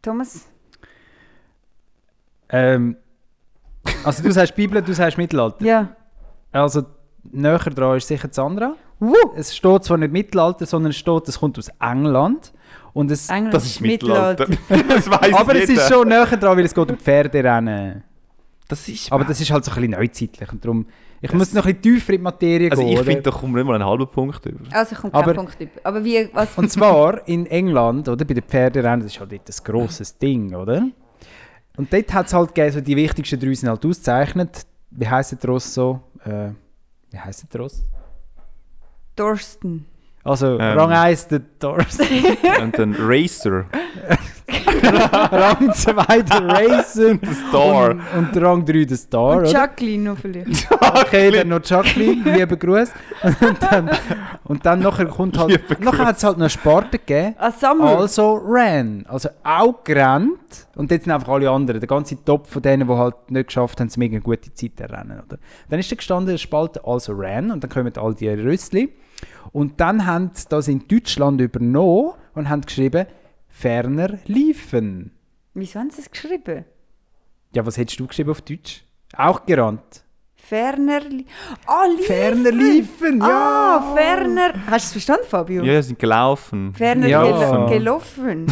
Thomas? Ähm, also du sagst Bibel, du sagst Mittelalter. Ja. Also näher dran ist sicher Sandra. Woo! Es steht zwar nicht Mittelalter, sondern es steht, es kommt aus England. Und es... England Das ist Mittelalter. das weiß aber es jeder. ist schon näher dran, weil es geht um Pferderennen. Das ist Aber das ist halt so ein bisschen neuzeitlich und darum... Ich muss noch ein bisschen tiefer in die Materie Also gehen. ich oder? finde, da kommt nicht mal einen halben Punkt über. Also kommt Aber- kein Punkt über. Aber wie, was? Und zwar in England, oder? Bei den Pferderennen, das ist halt dort ein grosses Ding, oder? Und dort hat es halt gegeben, so die wichtigsten drei sind halt ausgezeichnet. Wie heisst der Ross so? Äh, wie heisst der Ross? Thorsten. Also, Ähm. Rang 1 der Doris, Und dann Racer, Rang 2 der Racing Star. und, und Rang 3 der Star, Und oder? Jacqueline noch vielleicht. Okay, dann noch Jacqueline, lieber Gruß. Und dann, und dann nachher kommt Lieber halt, nachher hat es halt noch Sparte gegeben. Ah, Samuel. Also ran. Also auch gerannt. Und jetzt sind einfach alle anderen. Der ganze Top von denen, die halt nicht geschafft haben, es mega gute Zeit zu rennen. Oder? Dann ist da gestanden, der Spalte also ran. Und dann kommen all die Rössli. Und dann haben sie das in Deutschland übernommen und haben geschrieben, ferner liefen. Wieso haben sie es geschrieben? Ja, was hättest du geschrieben auf Deutsch? Auch gerannt. Ferner. Li- Ah, Liefen! Ferner liefen, ja! Ah, Ferner. Hast du es verstanden, Fabio? Ja, ja, sind gelaufen. Ferner Ja. gel gelaufen.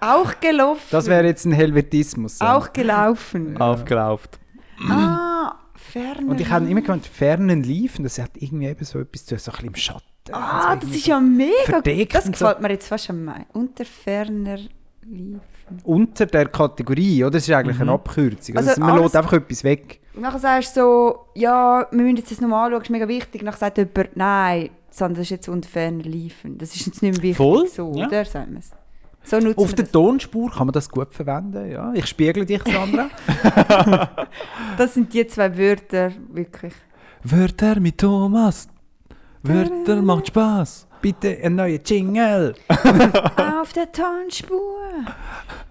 Auch gelaufen. Das wäre jetzt ein Helvetismus. ja. auch gelaufen. Aufgelaufen. Ah, ferner. Und ich habe immer gemeint, fernen Liefen, das hat irgendwie eben so etwas zu, so ein bisschen im Schatten. Ah, das ist ja mega. verdeckt Das und so. gefällt mir jetzt fast am meisten. Unter ferner Liefen. Unter der Kategorie, oder? Das ist eigentlich eine Abkürzung. Also Also man alles- lässt einfach etwas weg. Und nachher sagst du so, ja, wir müssen jetzt das nochmal anschauen, ist mega wichtig. Nachher sagt jemand, nein, sondern das ist jetzt unter ferner Liefen. Das ist jetzt nicht mehr wichtig. Voll, So, ja. oder? Sagt man es. So nutzt Auf man der das. Tonspur kann man das gut verwenden, ja. Ich spiegle dich, Sandra. Das sind die zwei Wörter, wirklich. Wörter mit Thomas. Wörter macht Spaß. Bitte einen neuen Jingle. Auf der Tanzspur.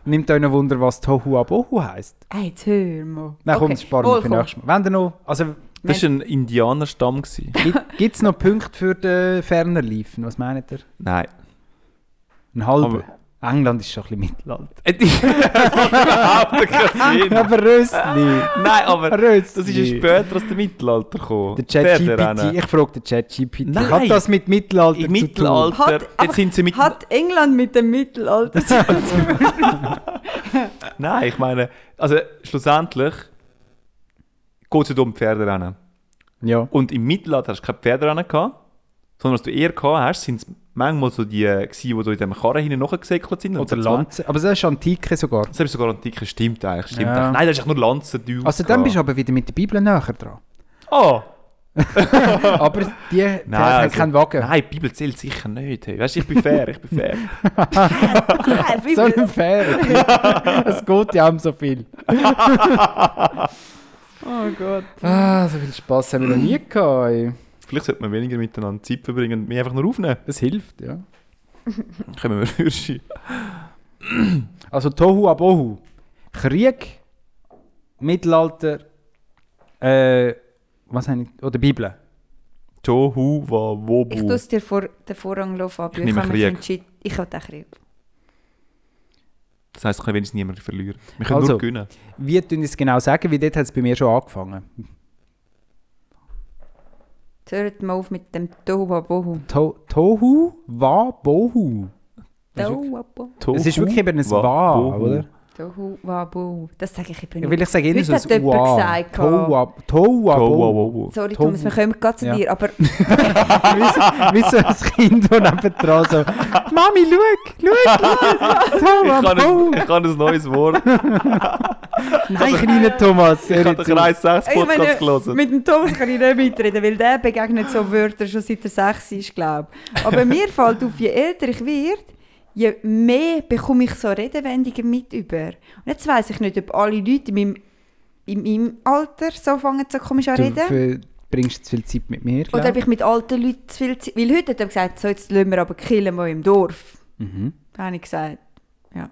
Nimmt euch noch Wunder, was Tohu Abohu heisst. Hey, jetzt hör mal. Dann kommt es sparen wir für Wohlkommen. nächstes Mal. Wenn ihr noch, also Das war ein Indianerstamm. gewesen. gibt es noch Punkte für den ferner Liefen? Was meint ihr? Nein. Ein halber. England ist schon ein bisschen Mittelalter. Äh, die- das macht überhaupt keinen Sinn. Aber Rösli. Nein, aber das Rösli. ist ja später aus dem Mittelalter gekommen. Der Pferderennen. ChatGPT, ich frage den ChatGPT. Nein. Hat das mit Mittelalter Im zu tun? Mittelalter. Hat- aber jetzt sind sie mit. Hat England mit dem Mittelalter zu tun? Nein, ich meine, also schlussendlich geht es ja um Pferderennen. Ja. Und im Mittelalter hast du keine Pferderennen gehabt, sondern was du eher gehabt hast, sind es manchmal so die, äh, gewesen, die so in dem Karren hinten nachgesäckelt sind. Und Oder so zwei- Lanze. Aber das ist Antike sogar. Das habe ich sogar antike, stimmt eigentlich. Stimmt Ja. eigentlich. Nein, das ist nur Lanzen. Also dann bist du aber wieder mit der Bibel näher dran. Oh! Aber die Pferde Nein, haben also- keinen Wagen. Nein, die Bibel zählt sicher nicht. Hey. Weißt du, ich bin fair, ich bin fair. Nein, So Bibel. ein Pferd. Es geht ja um so viel. Oh Gott. Ah, so viel Spass haben wir noch nie gehabt. ey. Vielleicht sollte man weniger miteinander Zeit verbringen und mich einfach nur aufnehmen. Das hilft, ja. Dann können wir Würsche. Also Tohu Abohu. Krieg, Mittelalter, äh, was habe ich? Oder Bibel. Tohu wa Ich wobu. tue es dir vor, den Vorrang laufen ab. Ich nehme habe mich Krieg. entschieden. Ich habe den Krieg. Das heisst, ich kann wenigstens niemanden verlieren. Wir können Also. nur gewinnen. Wie tun es genau sagen? Wie dort hat es bei mir schon angefangen. Jetzt Hört mal auf mit dem Tohuwabohu. To Tohu wa Bohu. Tohuwabohu. Es ist wirklich eben ein Wa- Wa, Bohu. oder? Tohuwabohu. Das sage ich Ja, eben weil nicht. ich sage immer Heute so hat jemand gesagt, Tohu wa Tohu wa Bohu. wobu. Sorry, Thomas, wir kommen gerade zu Ja. dir. Aber Wie so ein Kind, das nebenan so «Mami, schau, schau, Tohu Ich wa kann, ein, Bohu!» ich kann ein neues Wort. Nein, kleiner Thomas, Ich hör habe jetzt den auf. Kreis 6 ich Podcast meine, gelesen. mit dem Thomas kann ich nicht mitreden, weil der begegnet so Wörter schon seit er sechs ist, glaube ich. Aber mir fällt auf, je älter ich werde, je mehr bekomme ich so Redewendungen mit über. Und jetzt weiss ich nicht, ob alle Leute in meinem, in meinem Alter so fangen so komisch an Du reden. verbringst zu viel Zeit mit mir, Oder glaub. habe ich mit alten Leuten zu viel Zeit... Weil heute hat er gesagt, so, jetzt lassen wir aber killen mal im Dorf. Mhm. Da habe ich gesagt, ja.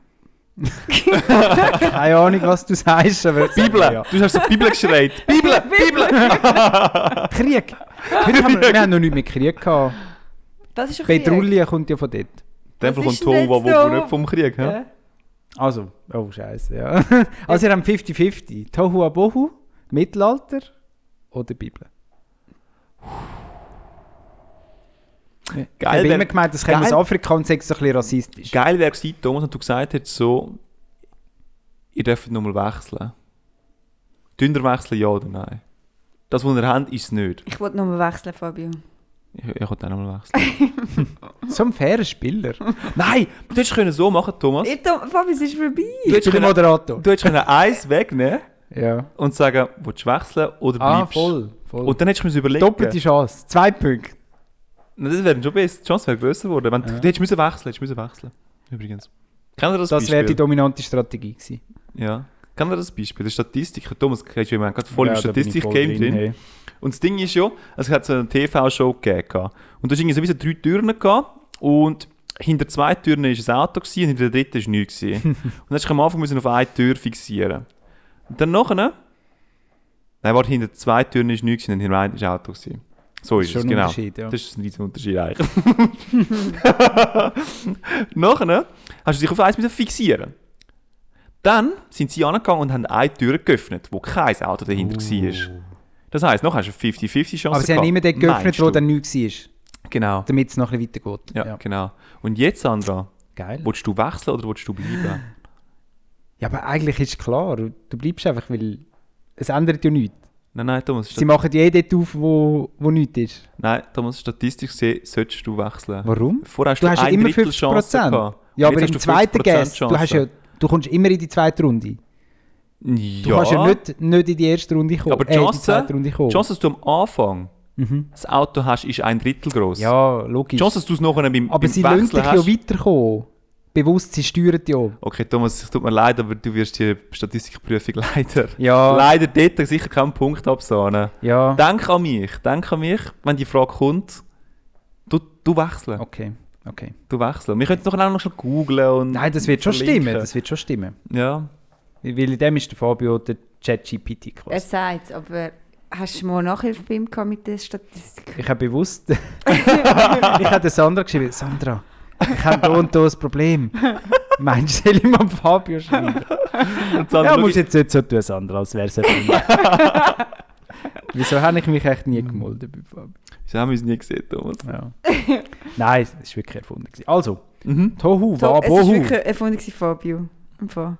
Keine Ahnung, was du sagst, aber... Bibel! Ja. Du hast so Bibel geschreit. Bibel! Bibel! Krieg! Krieg haben wir, wir haben noch nicht mit Krieg gehabt. Das ist ein Krieg. Petrulli kommt ja von dort. Dann Was kommt ist denn Tohu wa jetzt wobu da? nicht vom Krieg. Ja? Ja. Also, oh scheiße, ja. Also ihr habt 50-50. Tohu Abohu, Mittelalter oder Bibel? Geil, ich habe wär- immer gemeint, das käme aus geil- Afrika und sechs so ein bisschen rassistisch. Geil wäre es, Thomas, wenn du gesagt hättest, so, ihr dürft nochmal wechseln. Dünner wechseln, ja oder nein? Das, was ihr habt, ist es nicht. Ich wollte nochmal wechseln, Fabio. Ich, ich könnte auch nochmal wechseln. So ein fairer Spieler. nein! Du hättest können so machen Thomas. Ich, Tom- äh, Fabio, es ist vorbei. Du Ich bin der hättest, können, Moderator. du hättest können eins wegnehmen Ja. und sagen, willst du wechseln oder Ah, bleibst voll. voll. Und dann hättest du mir überlegen Nou, Doppelte Chance. Zwei Punkte. Na, Das wäre schon besser. Die Chance wäre grösser geworden. Wenn, Du hättest müssen wechseln hättest müssen wechseln. Übrigens. Kennt ihr das, Das wäre die Beispiel? dominante Strategie gewesen. ja. Kennt ihr das Beispiel? Der Statistiker. Thomas, kennst du jemanden, gerade voll im Ja, da bin ich voll Statistik-Game drin. hey. Und das Ding ist ja, es hat so eine TV-Show gegeben. gehabt. Und da hast irgendwie sowieso drei Türen gehabt. Und hinter zwei Türen war ein Auto gewesen, und hinter der dritten war nichts. gewesen. und dann musst du am Anfang müssen auf eine Tür fixieren. Und dann nachher... Nein, warte, hinter zwei Türen war nichts, gewesen, und hinter einer war ein Auto. Gewesen. So Das ist, ist schon es, ein genau. Unterschied, ja. Das ist ein riesen Unterschied eigentlich. nachher hast du dich auf eins müssen fixieren. Dann sind sie angegangen und haben eine Tür geöffnet, wo kein Auto dahinter war. Das heisst, noch hast du eine 50-50-Chance. Oh. Aber sie haben immer den geöffnet, Meinst wo du? dann nichts war, Genau. damit es noch ein bisschen weitergeht. Ja, genau. Und jetzt, Sandra, Geil. Willst du wechseln oder willst du bleiben? Ja, aber eigentlich ist klar, du bleibst einfach, weil es ändert ja nichts. Nein, nein, Thomas. Sie Stat machen ja eh dort auf, wo, wo nichts ist. nein, Thomas, statistisch gesehen solltest du wechseln. Warum? Vorher hast Du du, hast ja ein immer Drittel 50 Chance Prozent. gehabt. Ja, Und aber jetzt im hast du 50% zweiten Guess, du, hast ja, Chance. du kommst immer in die zweite Runde. Du ja, kannst ja nicht, nicht in die erste Runde kommen. aber die äh, in die Chance, zweite Runde die kommen. Mhm. Chance, dass du am Anfang das Auto hast, ist ein Drittel groß. Ja, logisch. Die Chance, dass du es nachher beim, aber beim sie lassen Wechseln dich hast. ja weiterkommen. Bewusst, sie steuern dich ja. Okay, Thomas, es tut mir leid, aber du wirst die Statistikprüfung leider, Ja. leider dort sicher keinen Punkt absahnen. Ja, Denk an mich, denk an mich, wenn die Frage kommt, du, du wechseln, okay. okay. du wechseln. Wir könnten doch auch noch schon googlen und Nein, das wird schon verlinken. stimmen. Das wird schon stimmen. ja. Weil in dem ist der Fabio der ChatGPT Er quasi. sagt es, aber hast du mal Nachhilfe bei ihm gehabt mit der Statistik? Ich habe bewusst. ich habe der Sandra geschrieben: Sandra, ich habe da und da ein Problem. Meinst du, soll ich mal dem Fabio schreiben? Und dann ja, Also schau musst ich- jetzt nicht so tun, Sandra, als wäre es ein Problem. Wieso habe ich mich echt nie gemeldet bei Fabio? Wieso haben wir uns nie gesehen, Thomas? Ja. Nein, es war wirklich erfunden. gewesen. Also, Mhm. Tohu, So, wa, es ist bohu. wirklich erfunden gewesen, Fabio. Im Fall.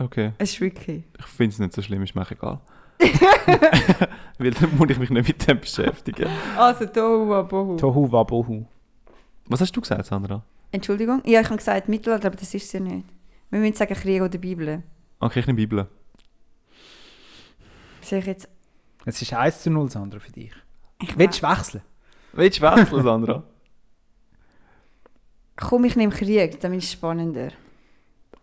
Okay, Es ist wirklich. ich finde es nicht so schlimm, ist mir egal. Weil dann muss ich mich nicht mit dem beschäftigen. Also, Tohu Wabohu. Tohu, wa, bohu. Was hast du gesagt, Sandra? Entschuldigung? Ja, ich habe gesagt Mittelalter, aber das ist es ja nicht. Wir müssen sagen Krieg oder Bibel. Okay, ich nehme Bibel. Sehe ich jetzt... Es ist 1 zu 0, Sandra, für dich. Ich Willst du wechseln? Willst du wechseln, Sandra? Komm, ich nehme Krieg, dann ist es spannender.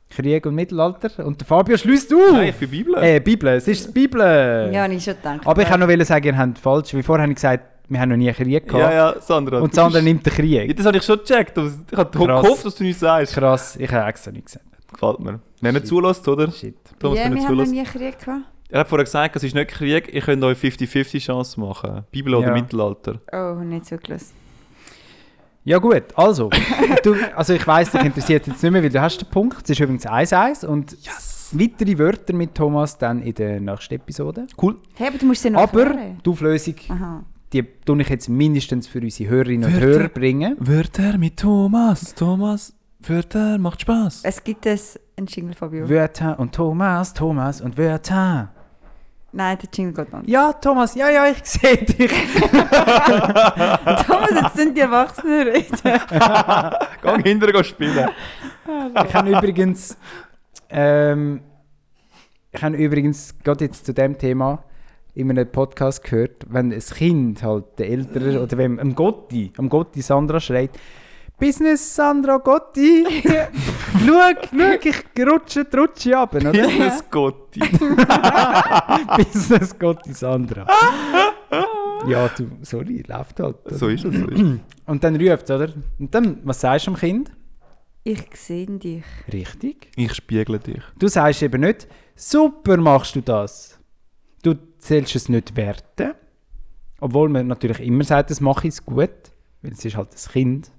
Krieg und Mittelalter. Und der Fabio schließt auf. Nein, ich bin Bibel. Äh, Bibel, es ist die Bibel. Ja, habe ich schon gedacht. Äh. Aber ich wollte noch wollen sagen, ihr habt falsch. Wie vorher habe ich gesagt, wir haben noch nie einen Krieg ja, gehabt. ja, Sandra. Und du Sandra bist- nimmt den Ja, Krieg. das habe ich schon gecheckt. aber Ich habe Krass. gehofft, dass du nichts sagst. Krass, ich habe extra nicht gesagt. Gefällt mir. Wenn ihr Shit. zulässt, oder? Shit. Thomas, ja, wenn ihr wir haben noch zulässt. nie Krieg gehabt. Er hat vorher gesagt, es ist nicht Krieg, ihr könnt euch 50-50 Chance machen. Bibel oder Ja. Mittelalter. Oh, nicht zugelassen. Ja gut, also. du, also ich weiss, dich interessiert jetzt nicht mehr, weil du hast den Punkt. Es ist übrigens 1-1 und weitere Wörter mit Thomas dann in der nächsten Episode. Cool. Hey, aber du musst sie noch Aber klären. die Auflösung, Aha. die tue ich jetzt mindestens für unsere Hörerinnen und Wörter. Hörer bringen. Wörter mit Thomas. Thomas, Wörter macht Spaß. Es gibt es einen Jingle, Fabio. Wörter und Thomas, Thomas und Wörter. Nein, der Jingle geht nicht. Ja, Thomas, ja, ja, ich sehe dich. Thomas, jetzt sind die Erwachsenen reden. Geh hinterher geh spielen. Ich habe übrigens, ähm, ich habe übrigens gerade jetzt zu dem Thema in einem Podcast gehört, wenn ein Kind halt der Ältere oder wenn am Gotti, am Gotti Sandra schreit, Business Sandra Gotti, schau, schau, ich rutsche, die rutsche ab, oder? Business Gotti. Business Gotti Sandra. Ja, du, sorry, läuft halt. oder? So ist es. So ist es. Und dann ruft, oder? Und dann, was sagst du dem Kind? Ich sehe dich. Richtig. Ich spiegle dich. Du sagst eben nicht, super machst du das. Du zählst es nicht werten. Obwohl man natürlich immer sagt, das mache ich gut, weil es ist halt das Kind.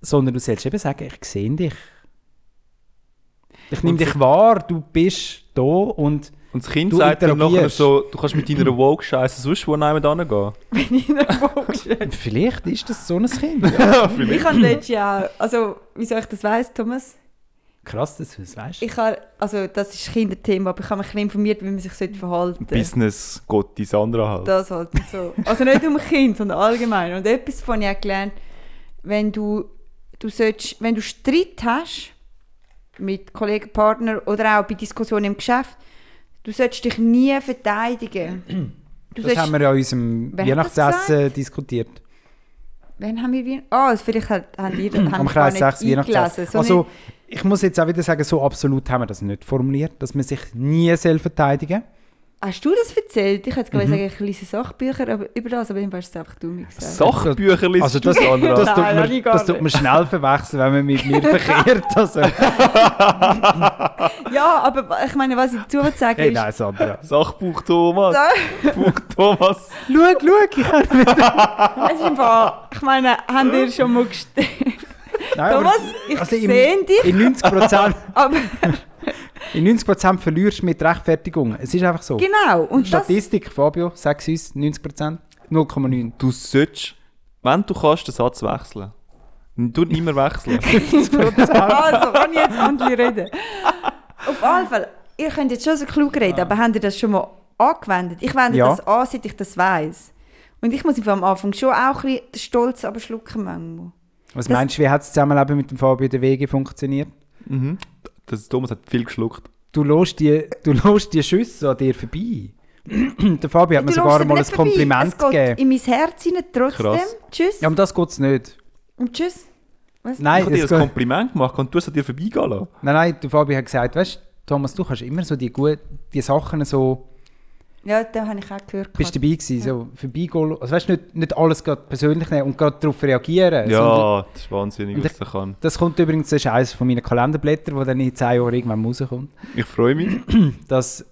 Sondern du sollst eben sagen, ich sehe dich. Ich nehme Und dich wahr, du bist da und Und das Kind Du sagt dann nachher interagierst. so, du kannst mit deiner Woke-Scheiße sonst wo nehmen hingehen. vielleicht ist das so ein Kind. Ja. Ich habe letztes Jahr, also wieso ich das weiss, Thomas? Krass, dass du das weißt. Ich habe, also das ist Kinderthema, aber ich habe mich ein bisschen informiert, wie man sich sollte verhalten sollte. Business Gotti Sandra halt. Das halt so. Also nicht um Kind, sondern allgemein. Und etwas von ich auch gelernt, wenn du, du sollst, wenn du Streit hast mit Kollegen, Partner oder auch bei Diskussionen im Geschäft, du solltest dich nie verteidigen. Du Das sollst- haben wir ja in unserem Wer hat das Weihnachtsessen diskutiert. Wann haben wir Weihnachten? Ah, vielleicht hat- haben ihr haben wir Am gar Kreis nicht 6 eingelassen. Weihnachtsessen. So also, nicht- ich muss jetzt auch wieder sagen, so absolut haben wir das nicht formuliert, dass man sich nie selbst verteidigen hast du das erzählt? Ich hätte gerade Mhm. sagen, ich lese Sachbücher aber über das, aber dann hast du es einfach du mir gesagt. Sachbücher liest Also du, das, Sandra. das, tut Nein, man, habe ich gar das tut man schnell verwechseln, wenn man mit mir verkehrt. Also, Ja, aber ich meine, was ich dazu sagen hey, ist... nein, Sandra. Sachbuch Thomas. Buch Thomas. Schau, schau, ich habe... Es ist im Fall, ich meine, haben ihr schon mal gestellt? Nein, aber- Thomas, ich also im- sehe dich, In 90%, aber in 90 verlierst du mit Rechtfertigung. Es ist einfach so. genau. Und das, Statistik, Fabio, sag es uns, 90%, 0,9. Du solltest, wenn du kannst, den Satz wechseln. Du nicht mehr wechseln. also, kann ich jetzt andere reden? Auf jeden Fall, ihr könnt jetzt schon so klug reden, aber habt ihr das schon mal angewendet? Ich wende Ja. das an, seit ich das weiss. Und ich muss einfach am Anfang schon auch ein bisschen den Stolz aber schlucken manchmal. Was Das- meinst du, wie hat das Zusammenleben mit dem Fabio der Wege funktioniert? mhm. das, Thomas hat viel geschluckt. Du lässt die, du lässt die Schüsse an dir vorbei. der Fabio hat mir Du sogar lässt mal ein es aber nicht vorbei. Kompliment Es geht gegeben. in mein Herz hinein trotzdem. Krass. Tschüss. Ja, um das geht es nicht. Und tschüss. Was? ich Nein, habe dir es ein geht, Kompliment gemacht und du hast an dir vorbeigehen lassen. nein, nein, der Fabio hat gesagt, weißt du, Thomas, du kannst immer so die, gut, die Sachen so, Ja, da habe ich auch gehört. bist dabei gewesen, so vorbeigehen. lassen. Also weißt du, nicht, nicht alles gerade persönlich nehmen und gerade darauf reagieren. sondern- Ja, das ist wahnsinnig, Und was ich- er kann. Das kommt übrigens, das ist eines von meinen Kalenderblättern, wo dann in 10 Jahren irgendwann rauskommt. Ich freue mich. dass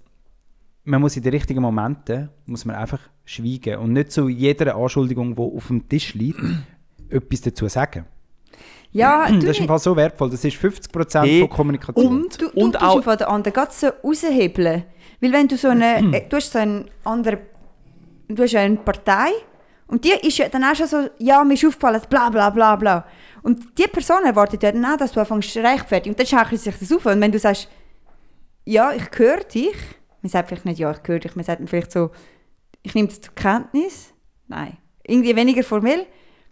man muss in den richtigen Momenten muss man einfach schweigen und nicht zu jeder Anschuldigung, die auf dem Tisch liegt, etwas dazu sagen. ja, du Das ist im nicht. Fall so wertvoll. Das ist 50% Eh, von Kommunikation. Du, du Und tust auch- auch von den anderen ganz so raushebeln. Weil wenn du so Mhm. eine, äh, du hast so einen anderen, du hast ja eine Partei und die ist ja dann auch schon so, ja, mir ist aufgefallen, bla bla bla bla. Und die Person erwartet ja dann auch, dass du anfängst zu rechtfertigen. Und dann schaukelt sich das auf. Und wenn du sagst, ja, ich höre dich, man sagt vielleicht nicht, ja, ich höre dich, man sagt dann vielleicht so, ich nehme das zur Kenntnis. Nein. Irgendwie weniger formell.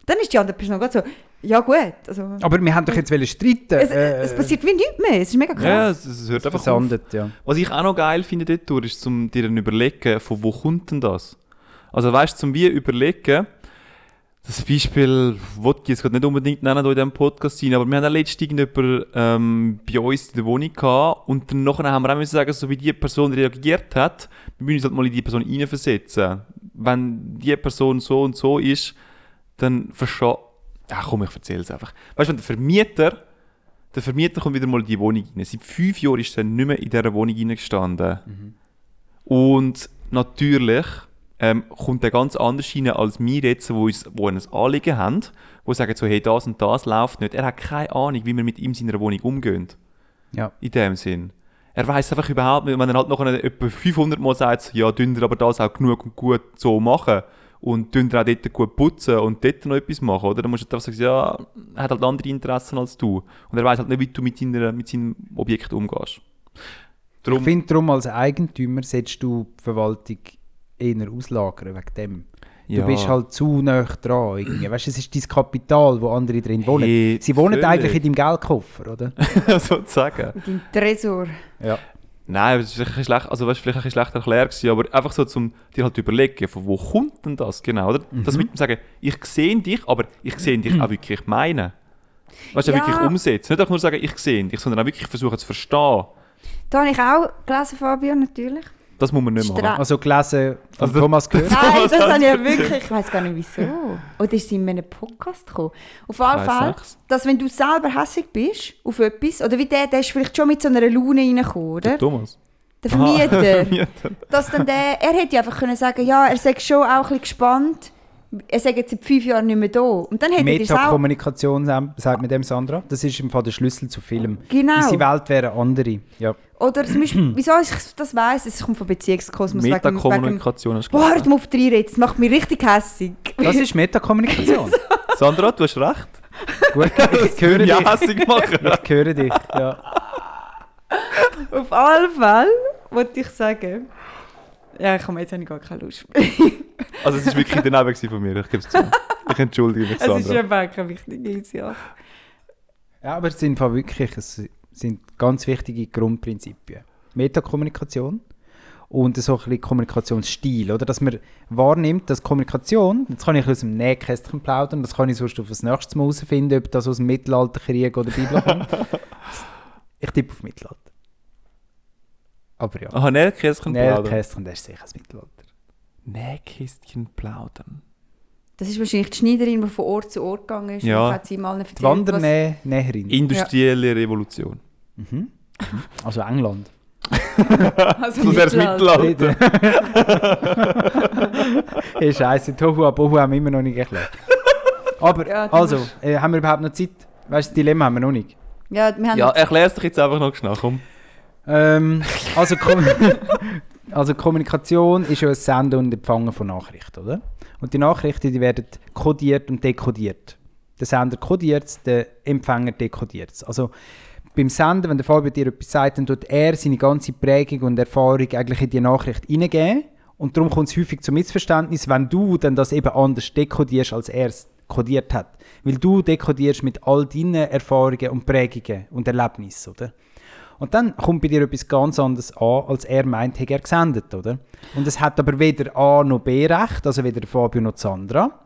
Dann ist die andere Person gerade so, ja gut. Also, Aber wir haben doch jetzt wollen streiten. Äh, es, es passiert wie nichts mehr. Es ist mega krass. äh, Ja, es, es hört einfach auf. versandet, ja. Was ich auch noch geil finde dort, durch, ist zum dir dann überlegen, von wo kommt denn das? Also weißt du, zum wie überlegen, das Beispiel wollte ich jetzt gerade nicht unbedingt nennen hier in diesem Podcast sein, aber wir haben auch letztens irgendjemanden ähm, bei uns in der Wohnung gehabt und dann nachher haben wir auch müssen sagen, so wie die Person reagiert hat, wir müssen uns halt mal in die Person hineinversetzen. Wenn die Person so und so ist, dann verstehe Ach komm, ich erzähle es einfach. Weißt du, wenn der Vermieter der Vermieter kommt wieder mal in die Wohnung rein. Seit fünf Jahren ist er nicht mehr in dieser Wohnung reingestanden. Und natürlich ähm, kommt der ganz anders rein als wir jetzt, wo, uns, wo ein Anliegen haben, wo sagen so, hey, das und das läuft nicht. Er hat keine Ahnung, wie man mit ihm in seiner Wohnung umgeht. ja. In dem Sinn. Er weiß einfach überhaupt nicht, wenn er halt noch etwa 500 Mal sagt, so, ja, dünnt ihr aber das auch genug und gut so machen. Und dünnt ihr auch dort gut putzen und dort noch etwas machen, oder? Dann musst du halt einfach sagen, ja, er hat halt andere Interessen als du. Und er weiß halt nicht, wie du mit, deiner, mit seinem Objekt umgehst. Ich Darum, finde darum, als Eigentümer solltest du die Verwaltung eher auslagern wegen dem. Ja. Du bist halt zu nah dran. Irgendwie. Weißt, du, es ist dein Kapital, wo andere drin wohnen. Hey, Sie wohnen völlig. eigentlich in deinem Geldkoffer, oder? sozusagen. Dein Tresor. ja. Nein, das ist vielleicht ein bisschen schlecht, also weißt, vielleicht ein bisschen schlecht erklärt gewesen, aber einfach so, um dir halt zu überlegen, von wo kommt denn das genau, oder? Das mit dem Sagen, ich sehe dich, aber ich sehe dich auch wirklich meinen. Weißt du, Ja. wirklich umsetzen. Nicht einfach nur sagen, ich sehe dich, sondern auch wirklich versuchen zu verstehen. Da habe ich auch gelesen, Fabio, natürlich. Das muss man nicht Stra- machen. Also gelesen von Also- Thomas gehört. Nein, Ah. das habe ich ja wirklich. Ich weiß gar nicht wieso. Oder ist sie in einem Podcast gekommen? Auf jeden weiss Fall, nichts. dass wenn du selber hässig bist auf etwas, oder wie der, der ist vielleicht schon mit so einer Laune reingekommen, oder? Thomas. Der Vermieter. Mieter. dass dann der, er hätte ja einfach können sagen ja, er sei schon auch ein bisschen gespannt. Er sei jetzt seit fünf Jahren nicht mehr da. Und dann hätte er es auch... Metakommunikation sam- sagt mit dem Sandra. Das ist im Fall der Schlüssel zu Film. Genau. Unsere Welt wäre andere. Ja. Oder zum Beispiel, wieso ich das weiss, es kommt von Beziehungskosmos. wegen- wegen- Metakommunikation hast du Boah, hört gesagt. mal auf die Rede, das macht mich richtig hässig. Das ist Metakommunikation. Sandra, du hast recht. Gut, ich höre Ja, dich. hässig machen. Ich höre dich. Ja. Auf alle Fälle wollte ich sagen. Ja, ich komme jetzt habe ich gar keine Lust mehr. Also es war wirklich daneben gewesen von mir, ich gebe es zu. Ich entschuldige mich, Es ist Sandra. eben auch kein wichtiges Jahr. ja, aber es sind im Fall wirklich es sind ganz wichtige Grundprinzipien. Metakommunikation und so ein bisschen Kommunikationsstil, oder? Dass man wahrnimmt, dass Kommunikation, jetzt kann ich aus dem Nähkästchen plaudern, das kann ich sonst auf das nächste Mal herausfinden, ob das aus dem Mittelalter, Krieg oder Bibel kommt. ich tippe auf Mittelalter. Aber ja. Aha, Nähkästchen Nein, plaudern. Kästchen, das ist sicher das Mittelalter. Nähkästchen plaudern. Das ist wahrscheinlich die Schneiderin, die von Ort zu Ort gegangen ist. Ja. Und hat sie mal erzählt, Die Wandernäherin. Industrielle Revolution. Also England. was- also So sehr das Mittelalter. Mittelalter. hey, Scheiße, Tohu und Bohu haben wir immer noch nicht erklärt. Aber, Ja, du also, äh, haben wir überhaupt noch Zeit? Weißt du, das Dilemma haben wir noch nicht. Ja, wir haben Ja, erklär's dich jetzt einfach noch schnell, komm. Ähm, also, Kom also Kommunikation ist ja ein Senden und Empfangen von Nachrichten, oder? Und die Nachrichten, die werden kodiert und dekodiert. Der Sender kodiert es, der Empfänger dekodiert es. Also beim Senden, wenn der Fabio dir etwas sagt, dann tut er seine ganze Prägung und Erfahrung eigentlich in die Nachricht hineingeben. Und darum kommt es häufig zu Missverständnis, wenn du dann das eben anders dekodierst, als er es kodiert hat. Weil du dekodierst mit all deinen Erfahrungen und Prägungen und Erlebnissen, oder? Und dann kommt bei dir etwas ganz anderes an, als er meint, hätte er gesendet, oder? Und es hat aber weder A noch B recht, also weder Fabio noch Sandra. Aber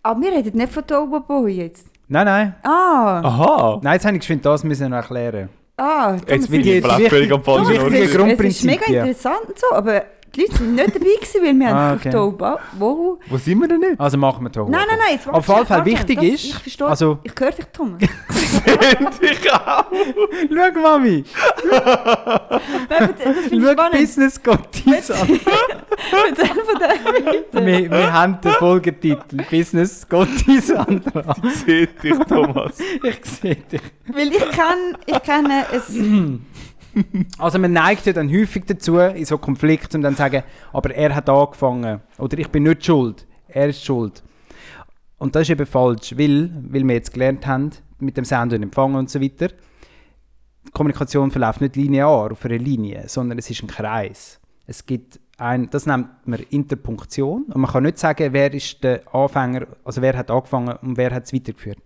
Ah, wir reden nicht von Taubenboy jetzt. Nein, nein. Ah, Aha! Nein, jetzt habe ich geschwind das müssen erklären. ah, Jetzt Thomas, bin die- ich vielleicht die- völlig am die- falschen die- Ort. die- gewesen. es ist mega Grundprinzipien. interessant und so, aber die Leute sind nicht dabei gewesen, weil wir Ah, haben okay. auf Tauben... Wow. Wo sind wir denn nicht? Also machen wir Tohu. Nein, nein, nein, jetzt warte, Auf jeden Fall warte, wichtig das- ist, Ich verstehe, also- ich höre dich, Thomas. ich auch! Schau, Mami, Nein, aber das finde ich schau spannend. Business Gottes an. Erzähl von dem. wir, wir haben den Folgetitel Business Gottes, Sandra. Seht dich, Thomas. Ich sehe dich. Weil ich kenne, ich kenne es... Also man neigt ja dann häufig dazu, in so Konflikten dann zu sagen, aber er hat angefangen. Oder ich bin nicht schuld. Er ist schuld. Und das ist eben falsch, weil, weil wir jetzt gelernt haben, mit dem Senden und Empfangen und so weiter, die Kommunikation verläuft nicht linear auf einer Linie, sondern es ist ein Kreis. Es gibt ein, das nennt man Interpunktion und man kann nicht sagen, wer ist der Anfänger, also wer hat angefangen und wer hat es weitergeführt.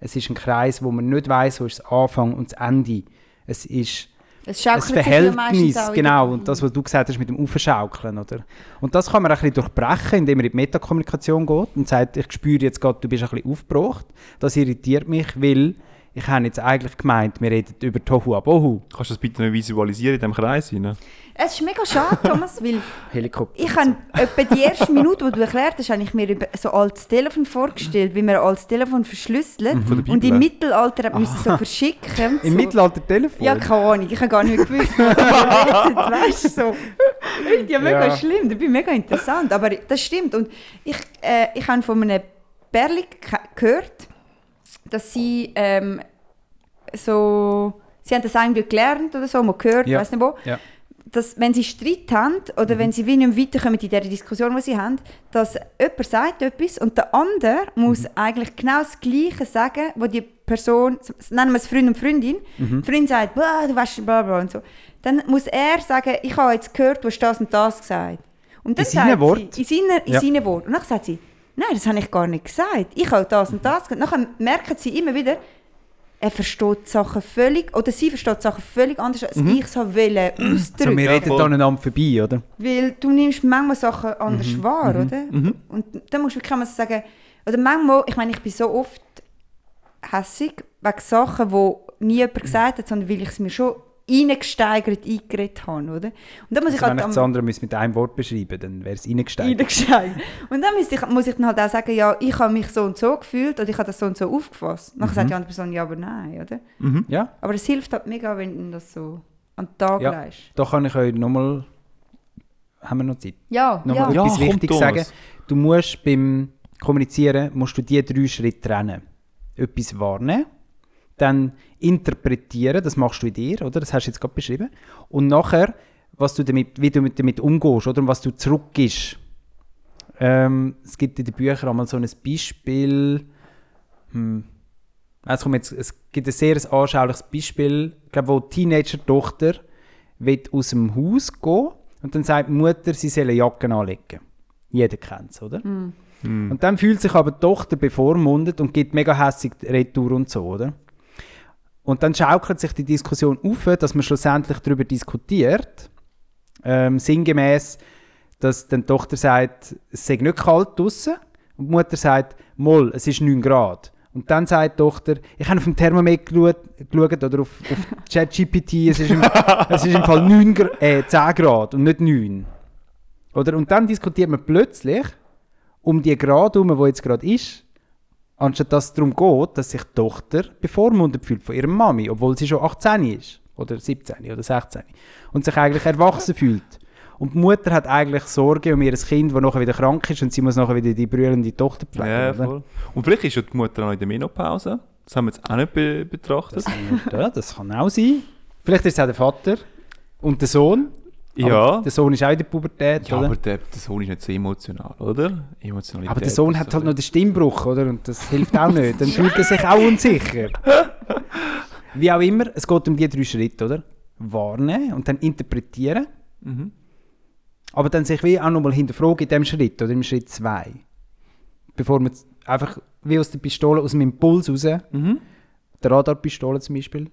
Es ist ein Kreis, wo man nicht weiß, wo ist das Anfang und das Ende. Es ist Es ein schaukelt sich ja meistens Verhältnis, auch in der- genau, und das, was du gesagt hast mit dem Aufschaukeln, oder? Und das kann man ein bisschen durchbrechen, indem man in die Metakommunikation geht und sagt, ich spüre jetzt gerade, du bist ein bisschen aufgebracht. Das irritiert mich, weil ich habe jetzt eigentlich gemeint, wir reden über Tohu Abohu. Kannst du das bitte noch visualisieren in diesem Kreis? Rein? Es ist mega schade, Thomas, weil... Helikopter. Ich habe etwa die erste Minute, wo du erklärt hast, habe ich mir über so ein altes Telefon vorgestellt, wie man ein altes Telefon verschlüsselt. Mhm. Von der Bibel. Und im Mittelalter hat man es so verschicken. Ah. Im so. Mittelalter Telefon? Ja, keine Ahnung, ich habe gar nicht gewusst, was ihr weißt du, so. Irgendwie ja mega Ja. schlimm, das ist mega interessant, aber das stimmt. Und ich, äh, ich habe von einem Berli ge- gehört, dass sie ähm, so, sie haben das irgendwie gelernt oder so, mal gehört, Ja. weiß nicht wo, Ja. dass wenn sie Streit haben oder Mhm. wenn sie wie nicht mehr weiterkommen in der Diskussion, die sie haben, dass jemand sagt etwas und der andere muss Mhm. eigentlich genau das Gleiche sagen, wo die Person, s- nennen wir es Freund und Freundin, Mhm. Freund sagt, «Bäh, du weißt bla bla und so, dann muss er sagen, ich habe jetzt gehört, du hast das und das gesagt. Und dann In seinen sagt Worten? Sie, in seinen, in Ja. seinen Worten. Und dann sagt sie, nein, das habe ich gar nicht gesagt. Ich habe das und das gesagt. Dann merken sie immer wieder, er versteht die Sachen völlig, oder sie versteht die Sachen völlig anders, als ich es habe wollen Mhm. Also ausdrücken. wir Ja, reden voll. da aneinander vorbei, oder? Weil du nimmst manchmal Sachen anders Mhm. wahr, oder? Und dann musst du wirklich einmal sagen, oder manchmal, ich meine, ich bin so oft hässig wegen Sachen, die nie Mhm. jemand gesagt hat, sondern weil ich es mir schon reingesteigert, eingeredet habe, oder? Und dann muss ich Also halt wenn ich das am- andere müsste mit einem Wort beschreiben, dann wäre es reingesteigt. reingesteigt. Und dann muss ich, muss ich dann halt auch sagen, ja, ich habe mich so und so gefühlt oder ich habe das so und so aufgefasst. Dann Mhm. sagt die andere Person, ja, aber nein, oder? Hm? Ja? Aber es hilft halt mega, wenn du das so an den Tag Ja. legst. Da kann ich euch nochmal... Haben wir noch Zeit? Ja, nochmal Ja, etwas komm, Wichtiges Thomas. sagen. Du musst beim Kommunizieren musst du die drei Schritte trennen. Etwas wahrnehmen, dann interpretieren, das machst du in dir, oder? Das hast du jetzt gerade beschrieben. Und nachher, was du damit, wie du mit- damit umgehst, oder? Und was du zurückgibst. Ähm, es gibt in den Büchern einmal so ein Beispiel. Hm. Nein, Es, kommt jetzt, es gibt ein sehr anschauliches Beispiel, ich glaube, wo die Teenager-Tochter will aus dem Haus gehen und dann sagt die Mutter, sie soll Jacken anlegen. Jeder kennt es, oder? Und dann fühlt sich aber die Tochter bevormundet und gibt mega hässig die Retour und so, oder? Und dann schaukelt sich die Diskussion auf, dass man schlussendlich darüber diskutiert, ähm, sinngemäß, dass dann die Tochter sagt, es sei nicht kalt draussen und die Mutter sagt, Moll, es ist 9 Grad. Und dann sagt die Tochter, ich habe auf dem Thermometer geschaut, geschaut oder auf, auf ChatGPT, es ist im, es ist im Fall 9, Gra- äh, 10 Grad und nicht 9. Oder? Und dann diskutiert man plötzlich um die Grad herum, wo jetzt gerade ist, anstatt dass es darum geht, dass sich die Tochter bevormundet fühlt von ihrer Mami, obwohl sie schon 18 ist. Oder 17 oder 16. Und sich eigentlich erwachsen fühlt. Und die Mutter hat eigentlich Sorge um ihr Kind, das nachher wieder krank ist und sie muss nachher wieder die brüllende Tochter pflegen. Ja, oder? voll. Und vielleicht ist ja die Mutter noch in der Menopause. Das haben wir jetzt auch nicht be betrachtet. Ja, das kann auch sein. Vielleicht ist es auch der Vater und der Sohn. Ja. Aber der Sohn ist auch in der Pubertät, Ja, oder? aber der, der Sohn ist nicht so emotional, oder? Emotionalität. Aber der Sohn ist hat so- halt noch den Stimmbruch, oder? Und das hilft auch nicht. Dann fühlt er sich auch unsicher. Wie auch immer, es geht um die drei Schritte, oder? Warnen und dann interpretieren. Mhm. Aber dann sich wie auch nochmal hinterfragen in dem Schritt oder im Schritt 2. Bevor man z- einfach wie aus der Pistole, aus dem Impuls raus, Mhm. der Radarpistole zum Beispiel,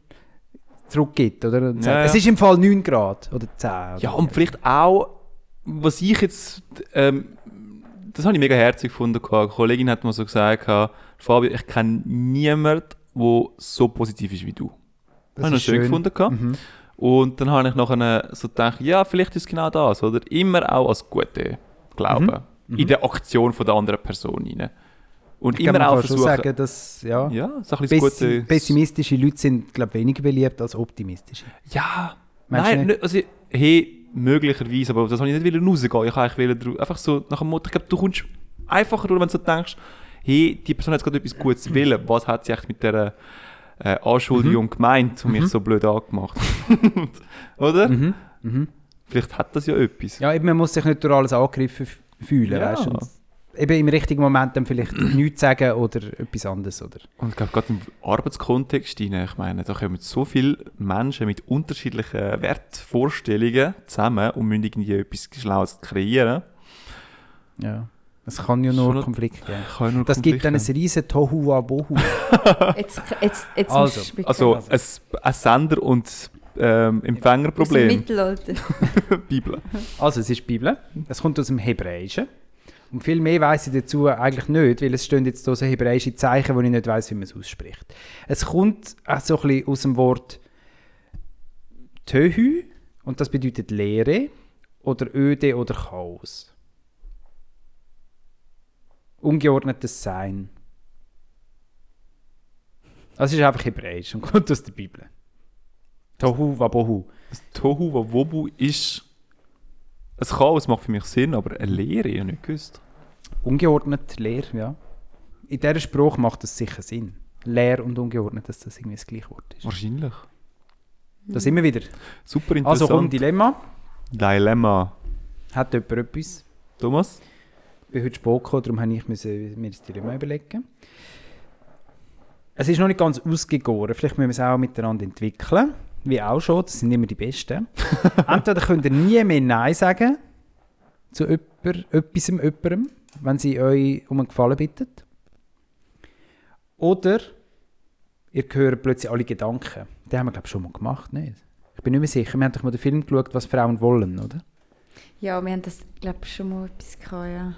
zurückgibt, oder? Und Ja, sagt, ja. Es ist im Fall 9 Grad oder 10. Oder Ja, und vielleicht auch, was ich jetzt, ähm, das habe ich mega herzig gefunden. Eine Kollegin hat mir so gesagt, Fabio, ich kenne niemanden, der so positiv ist wie du. Das habe ich ist noch schön, schön. Mhm. gefunden. gefunden. Und dann habe ich nachher so gedacht, ja, vielleicht ist es genau das, oder? Immer auch als Gute glauben. In der Aktion von der anderen Person rein. Und Mhm. Ich glaube, immer man auch kann schon versuchen, sagen, dass, ja. ja, so ein bisschen das Pessi Gute. pessimistische Leute sind, glaube ich, weniger beliebt als optimistische. Ja, Meinst du nein, nicht? nicht? Also, hey, möglicherweise, aber das habe ich nicht wollen rausgehen. Ich habe eigentlich wollen, drau- einfach so nach dem Motto, ich glaube, du kommst einfacher durch, wenn du so denkst, hey, die Person hat jetzt gerade etwas Gutes willen. Was hat sie echt mit dieser äh, Mhm. Anschuldigung gemeint und mich so blöd angemacht? Oder? Vielleicht hat das ja etwas. Mhm. Ja, eben, man muss sich nicht durch alles angegriffen f- fühlen, Ja. weißt du? Und Eben im richtigen Moment dann vielleicht nichts sagen oder etwas anderes, oder? Und ich glaube, gerade im Arbeitskontext, rein, ich meine, da kommen so viele Menschen mit unterschiedlichen Wertvorstellungen zusammen und müssen irgendwie etwas Schlaues kreieren. Ja. Es kann ja Schon nur noch- Konflikt geben. Ich kann nur Das gibt dann ein Konflikte. riesen Tohuwabohu. Jetzt, jetzt, jetzt Also, musst du bitte- Also Aus ein, ein Sender- und ähm, dem Empfängerproblem. Mittelalter. Bibel. Also, es ist die Bibel. Es kommt aus dem Hebräischen. Und viel mehr weiß ich dazu eigentlich nicht, weil es stehen jetzt hier so hebräische Zeichen, wo ich nicht weiß, wie man es ausspricht. Es kommt auch so ein bisschen aus dem Wort Töhü und das bedeutet Leere oder Öde oder Chaos. Ungeordnetes Sein. Das ist einfach hebräisch und kommt aus der Bibel. Tohu Wabohu. Das Tohu Wabobu ist. Es kann, es macht für mich Sinn, aber eine Lehre ich habe nicht gewusst. Ungeordnet, leer, ja. In dieser Spruch macht das sicher Sinn. Leer und ungeordnet, dass das irgendwie das gleiche Wort ist. Wahrscheinlich. Das immer wieder. Super interessant. Also komm, Dilemma. Dilemma. Hat jemand etwas? Thomas? Ich bin heute spät gekommen, darum habe ich müssen, mir das Dilemma überlegen. Es ist noch nicht ganz ausgegoren. Vielleicht müssen wir es auch miteinander entwickeln. Wie auch schon, das sind immer die Besten. Entweder könnt ihr nie mehr Nein sagen zu jemand, etwas, jemandem, wenn sie euch um einen Gefallen bittet. Oder ihr hört plötzlich alle Gedanken. Den haben wir, glaube ich, schon mal gemacht, nicht? Ich bin nicht mehr sicher. Wir haben doch mal den Film geschaut, was Frauen wollen, oder? Ja, wir haben das, glaube ich, schon mal etwas gehabt, ja.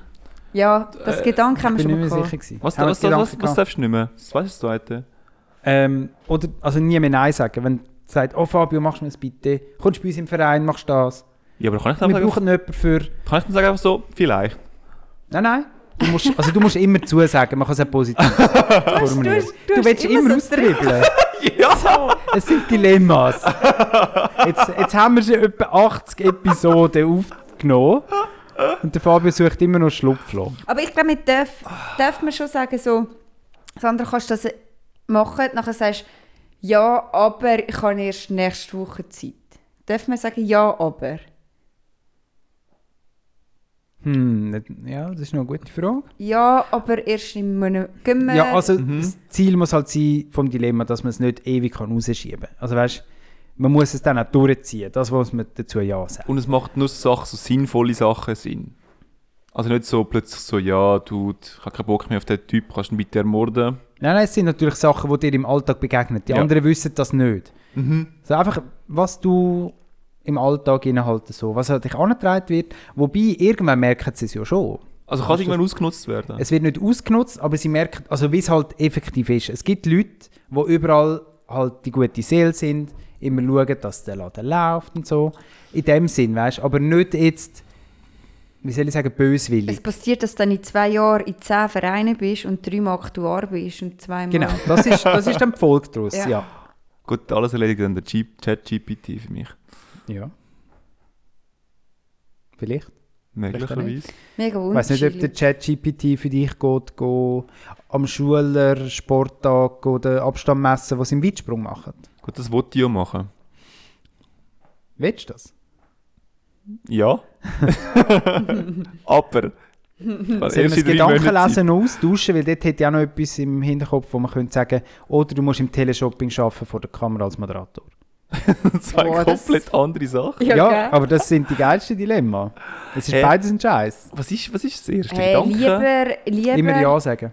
Ja, das Gedanken haben wir Äh, Ich schon bin mal nicht mehr gehabt. sicher. gewesen. Was, Haben wir was, die was, Gedanken was, gehabt? darfst du nicht mehr? Was weißt du, das Zweite? Ähm, oder, also nie mehr Nein sagen. Wenn sie sagt, oh Fabio, machst du mir das bitte, kommst du bei uns im Verein, machst das. Ja, aber kann ich Wir dann sagen, brauchen jemanden für... kann ich dann sagen einfach so, vielleicht? Nein, nein. Du musst, also du musst immer zusagen, man kann es auch positiv formulieren. du- Du, du hast willst immer immer so drin. austribbeln. Es sind Dilemmas. Jetzt, jetzt haben wir schon etwa 80 Episoden aufgenommen und der Fabio sucht immer noch Schlupfloch. Aber ich glaube, wir dürfen darf man schon sagen, so, Sandra, kannst du das machen? Nachher sagst du, ja, aber ich habe erst nächste Woche Zeit. Darf man sagen, ja, aber? Hm, nicht- ja, das ist noch eine gute Frage. Ja, aber erst im Monat. Gehen wir- Ja, also das Ziel muss halt sein vom Dilemma, dass man es nicht ewig kann rausschieben kann. Also weißt man muss es dann auch durchziehen. Das muss man dazu ja sagen. Und es macht nur so Sachen, so sinnvolle Sachen Sinn. Also nicht so plötzlich so, ja, du, ich habe keinen Bock mehr auf den Typ, kannst du ihn bitte ermorden? Nein, nein, es sind natürlich Sachen, die dir im Alltag begegnen. Die Ja. anderen wissen das nicht. Also einfach, was du im Alltag innehalten so, was an dich angetragen wird. Wobei, irgendwann merken sie es ja schon. Also kann es irgendwann ausgenutzt werden? Es wird nicht ausgenutzt, aber sie merken, also wie es halt effektiv ist. Es gibt Leute, die überall halt die gute Seele sind, immer schauen, dass der Laden läuft und so. In dem Sinn, weißt du, aber nicht jetzt, wie soll ich sagen, böswillig. Es passiert, dass du dann in zwei Jahren in zehn Vereinen bist und dreimal aktuar bist und zweimal... Genau, das ist, das ist dann die Folge daraus, Ja. ja. Gut, alles erledigt dann der Jeep- Chat-GPT für mich. ja. Vielleicht. Möglicherweise. Mega Ich weiß nicht, ob unterschiedlich. der ChatGPT für dich geht, go am Schuler, Sporttag oder Abstand messen, was im Weitsprung machen. Gut, das wollte ich ja machen. Willst du das? Ja. Aber. Also wir das Gedankenlesen austauschen, weil dort hätte ich auch noch etwas im Hinterkopf, wo man könnte sagen, oder du musst im Teleshopping arbeiten vor der Kamera als Moderator. Das war Oh, eine das- komplett andere Sache. Ja, gell? aber das sind die geilsten Dilemma. Es ist Hey. beides ein Scheiß. Was ist, was ist das erste? Hey, Gedanken? lieber, lieber. Immer Ja sagen.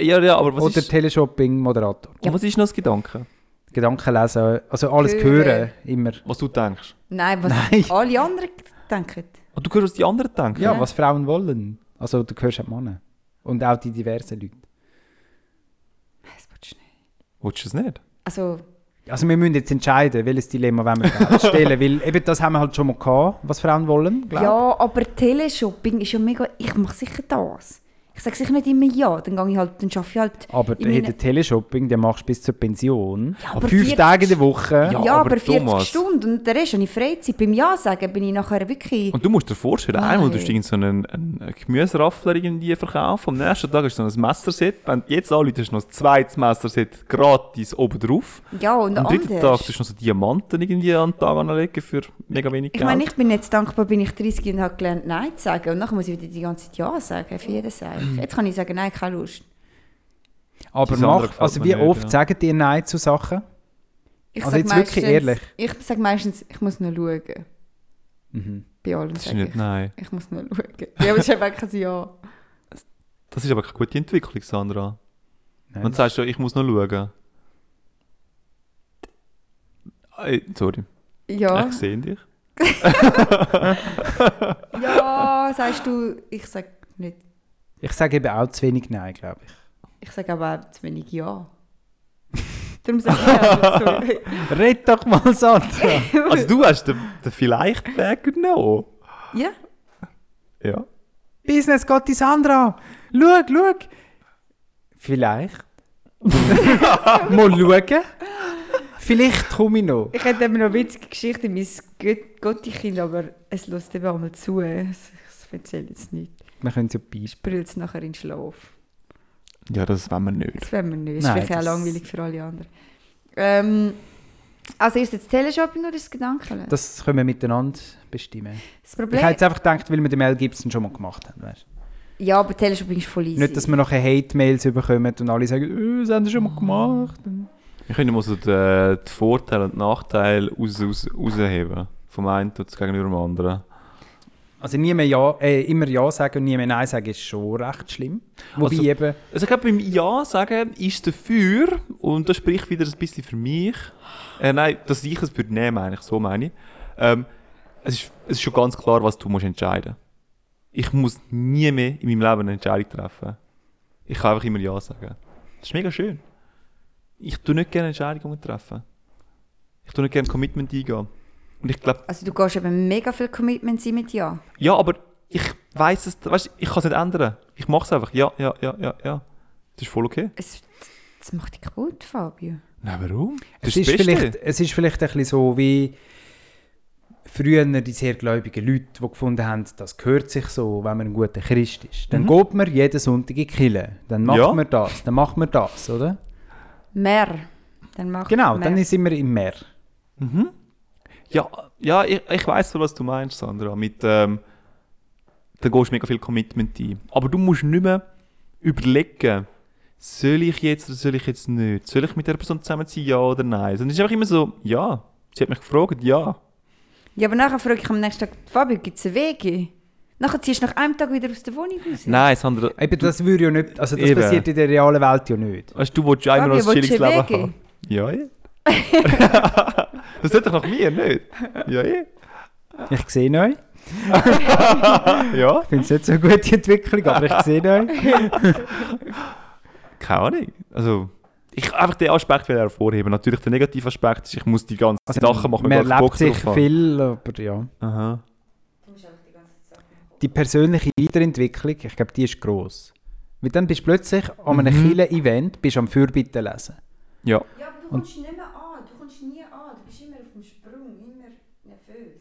Ja, ja, aber was oder ist, Teleshopping-Moderator. und was ist noch das Gedanke? Gedankenlesen, also alles hören, Hören. immer. Was du denkst? Nein, was Nein. alle anderen denken. Ah, du hörst, was die anderen denken? Ja, was Frauen wollen. Also du hörst auch die Männer. Und auch die diversen Leute. Das wird schnell. Willst du es nicht? Also, Also wir müssen jetzt entscheiden, welches Dilemma wollen wir stellen, weil eben das haben wir halt schon mal gehabt, was Frauen wollen, glaube ich. ja, aber Teleshopping ist ja mega. Ich mache sicher das. Ich sage sicher nicht immer ja, dann gehe ich halt, dann schaffe ich halt. Aber in hey, meinen- den Teleshopping, den machst du bis zur Pension. aber fünf 40 Tage in der Woche. Ja, ja, aber aber 40 Thomas. Stunden und der Rest habe ich Freizeit. Beim Ja sagen bin ich nachher wirklich. Und du musst dir vorstellen, einmal Nein. tust du irgend so einen, einen Gemüseraffler irgendwie verkaufen, am nächsten Tag hast du noch ein Messerset, wenn du jetzt anläutest, hast du noch ein zweites Messerset gratis oben drauf. ja, und Am dritten Tag anders. tust du noch so Diamanten irgendwie an den Tag anlegen für mega wenig Ich Geld. meine, ich bin jetzt dankbar, bin ich 30 und habe gelernt, Nein zu sagen. Und nachher muss ich wieder die ganze Zeit Ja sagen, für jeden sagen. Jetzt kann ich sagen, nein, keine Lust. aber Das andere mach, gefällt also mir wie nicht, oft ja. sagen die Nein zu Sachen? Ich Also sag jetzt wirklich ehrlich? Ich sage meistens, ich muss noch schauen. Bei allem Mhm. das ist sage nicht, ich. nein. Ich muss noch schauen. Ja, aber es ist eben kein Ja. Das ist aber keine gute Entwicklung, Sandra. Nein. Wenn du sagst, ja, ich muss noch schauen. Äh, Sorry, Ja, ich sehe dich. ja, sagst du, ich sage nicht. Ich sage eben auch zu wenig Nein, glaube ich. Ich sage aber auch zu wenig Ja. Darum sage ich auch nicht so. Red doch mal, Sandra! Also du hast den, den vielleicht Weg genommen. Ja, Ja. Business geht die Sandra! Schau, schau! Vielleicht. mal schauen. Vielleicht komme ich noch. ich hätte eben noch eine witzige Geschichte, mein Gott- Gotti-Kind, aber es lässt eben einmal zu. Es- Ich erzähle jetzt nicht. Wir können es ja beisp. Brüllt es nachher in den Schlaf. Ja, das wollen wir nicht. Das wollen wir nicht. Das Nein, ist vielleicht auch das- langweilig für alle anderen. Ähm, also ist jetzt Teleshopping oder ist es Gedanken? Das, Das können wir miteinander bestimmen. Ich Problem... habe jetzt einfach gedacht, weil wir den Mel Gibson schon mal gemacht haben. Weißt? Ja, aber Teleshopping ist voll easy. Nicht, dass wir nachher Hate-Mails bekommen und alle sagen, äh, das haben sie schon mal gemacht. Wir können mal so die, die Vorteile und Nachteile raus, raus, rausheben. Vom einen tut's gegenüber dem anderen. Also nie mehr ja, äh, immer Ja sagen und nie mehr Nein sagen ist schon recht schlimm. Wobei Also- eben, Also ich glaube, beim Ja sagen ist dafür, und das spricht wieder ein bisschen für mich, äh, nein, dass ich es würde nehmen, eigentlich, so meine ich. Ähm, es, ist, es ist schon ganz klar, was du musst entscheiden Ich muss nie mehr in meinem Leben eine Entscheidung treffen. Ich kann einfach immer Ja sagen. Das ist mega schön. Ich tue nicht gerne Entscheidungen treffen. Ich tue nicht gerne Commitment eingehen. Und ich glaube, Also du gehst eben mega viel Commitment sein mit Ja. Ja, aber ich weiß es, weißt, ich kann es nicht ändern. Ich mache es einfach. Ja, ja, ja, ja, ja. Das ist voll okay. Es, das macht dich kaputt, Fabio. Nein, warum? es ist, vielleicht, es ist vielleicht ein bisschen so wie früher die sehr gläubigen Leute, die gefunden haben, das gehört sich so, wenn man ein guter Christ ist. Dann geht man jeden Sonntag in die Kirche. Dann macht Mhm. Ja. man das, dann macht man das, oder? Mehr. Dann macht Genau, mehr. dann sind wir im Meer. Ja, ja ich, ich weiß, was du meinst, Sandra. Mit, ähm, da gehst du mega viel Commitment ein. Aber du musst nicht mehr überlegen, soll ich jetzt oder soll ich jetzt nicht? Soll ich mit der Person zusammen sein, ja oder nein? Sondern es ist einfach immer so, ja. Sie hat mich gefragt, ja. Ja, aber nachher frage ich am nächsten Tag, Fabio, gibt es einen Weg? Nachher ziehst du nach einem Tag wieder aus der Wohnung raus. Nein, Sandra, Eben, das würde ja nicht, also das Eben. passiert in der realen Welt ja nicht. Weißt du, du willst ja immer noch ein Fabio, chilliges willst du Leben Wege? haben. Ja, ja. das tut doch nach mir, nicht? Ja, ja. Ich sehe euch. Ja, Ich finde es nicht so eine gute Entwicklung, aber ich sehe euch. keine Ahnung. Also, ich einfach den Aspekt will ich hervorheben. Natürlich der negative Aspekt ist, ich muss die ganzen Sachen machen, Also, man weil ich gar keinen erlebt sich drauf habe. viel, aber ja. Aha. Die persönliche Weiterentwicklung, ich glaube, die ist gross. Weil dann bist du plötzlich an einem Mhm. Kirchen-Event bist am Fürbitten lesen. Ja. Ja, aber du kommst nicht mehr an. Du kommst nie an. Du bist immer auf dem Sprung, immer nervös.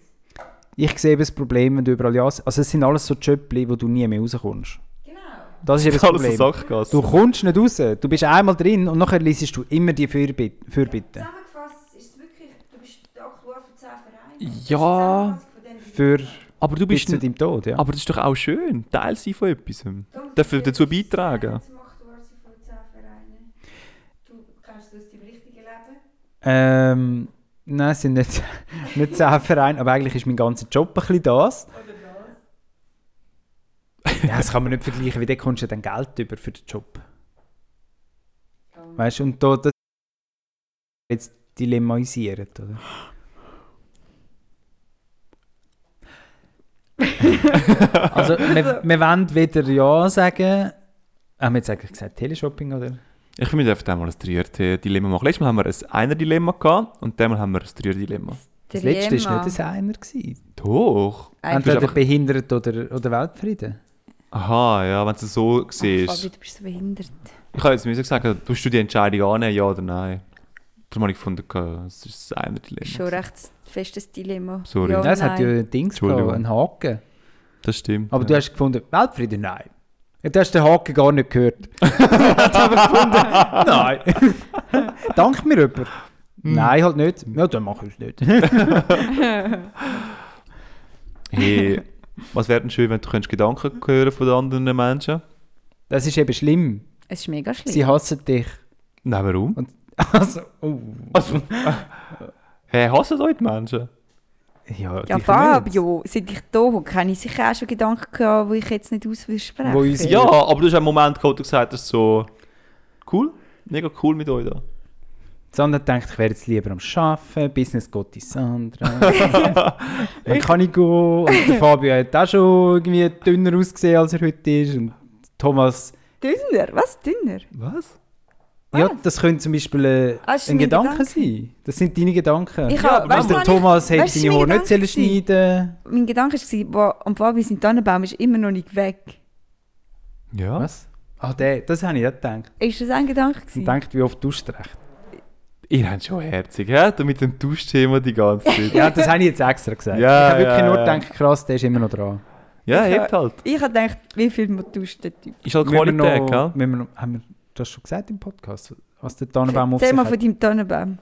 Ich sehe eben das Problem, wenn du überall ja sagst. Also es sind alles so Jobs, wo du nie mehr rauskommst. Genau. Das ist eben das Das ist alles Problem. so Sackgasse. Du kommst nicht raus. Du bist einmal drin und nachher liest du immer die Fürbit- Fürbitten. Zusammengefasst ist es wirklich, du bist aktuell für 10 Vereine. Ja. Von diesen für Aber du bis bist zu ein, deinem Tod. Ja. Aber das ist doch auch schön. Teil sein von etwas. Dürfen wir dazu beitragen? Du kennst aus deinem richtigen Leben. Ähm, nein, es sind nicht, nicht zehn Vereine, aber eigentlich ist mein ganzer Job ein bisschen das. Ja, das kann man nicht vergleichen, weil da kommst du ja dann Geld über für den Job. Weißt du, und da das jetzt dilemmaisiert, oder? also, wir, wir wollen weder Ja sagen. Haben wir jetzt eigentlich gesagt Teleshopping, oder? Ich finde, wir dürfen auch mal ein Dreier-Dilemma machen. Letztes Mal haben wir ein Einer-Dilemma gehabt und diesmal haben wir ein Dreier-Dilemma. Das letzte war nicht ein Einer. Gewesen. Doch. Einfach- Entweder einfach- behindert oder, oder Weltfrieden. Aha, ja, wenn du es so siehst. Fabi, du bist so behindert. Ich habe jetzt müssen sagen, also, tust du die Entscheidung annehmen, ja oder nein? Darum habe ich gefunden, okay, es ist das Einer-Dilemma. Schon recht ein festes Dilemma. Sorry. Ja, nein, es nein. hat ja ein Dings Entschuldigung. gehabt, einen Haken. Das stimmt. Aber ja. du hast gefunden, Weltfrieden, nein. Ja, Du hast den Haken gar nicht gehört. du hast aber gefunden, nein. Dank mir jemand. Hm. Nein, halt nicht. Ja, dann mach ich es nicht. Hey, was wäre denn schön, wenn du könntest Gedanken hören von den anderen Menschen? Das ist eben schlimm. Es ist mega schlimm. Sie hassen dich. Nein, warum? Also, oh. Also, hey, hassen euch die Menschen? Ja, ja, dich Fabio, seit ich da hocke, habe ich sicher auch schon Gedanken gehabt, die ich jetzt nicht aussprechen Wo uns- Ja, aber du hast einen Moment gehabt, wo du gesagt hast, so cool, mega cool mit euch da. nicht. Sandra denkt, ich wäre jetzt lieber am Arbeiten. Business Gotti Sandra. Dann kann ich gehen. Und der Fabio hat auch schon irgendwie dünner ausgesehen, als er heute ist. Und Thomas Dünner? Was? Dünner? Was? Ja, das könnte zum Beispiel äh, Ah, das ist ein mein Gedanke Gedanke. sein. Das sind deine Gedanken. Ich Ja, hab- aber weißt du, der was Thomas ich- hat weißt du, seine mein Haare nicht sollen Gedanke war? schneiden Mein Gedanke war, wo- am Fabi sein Tannenbaum ist immer noch nicht weg. Ja. Was? Ah, der, das habe ich nicht gedacht. Ist das ein Gedanke? Und gewesen? denkt, wie oft du recht. Ihr habt schon herzig, hä? Du mit dem Duschthema die ganze Zeit. Ja, das habe ich jetzt extra gesagt. Ja, ich habe wirklich ja, nur ja. gedacht, krass, der ist immer noch dran. ja, Ich hebt halt. Ich habe gedacht, wie viel man tauscht der Typ. Ist halt Müssen wir Qualität, noch, gell? müssen wir noch, haben wir das schon gesagt im Podcast? Was der Tannenbaum auf Erzähl sich mal von hat? deinem Tannenbaum.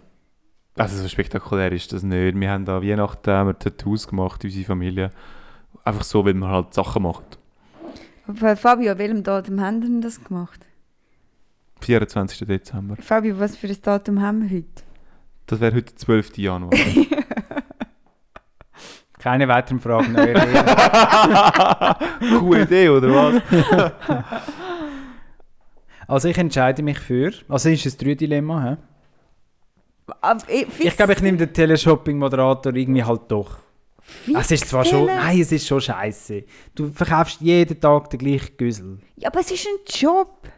Also so spektakulär ist das nicht. Wir haben da Weihnachten haben wir Tattoos gemacht, unsere Familie. Einfach so, weil man halt Sachen macht. Aber Fabio, an welchem Datum haben wir das gemacht? 24. Dezember. Fabio, was für ein Datum haben wir heute? Das wäre heute der 12. Januar. Keine weiteren Fragen. Neue Coole Idee, oder was? also ich entscheide mich für... Also ist es ein Drei-Dilemma, hä? Aber, eh, fix- Ich glaube, ich nehme den Teleshopping-Moderator irgendwie halt doch. fix Ah, Es ist zwar schon, Tele- nein, es ist schon scheiße. Du verkaufst jeden Tag den gleichen Güssel. Ja, aber es ist ein Job.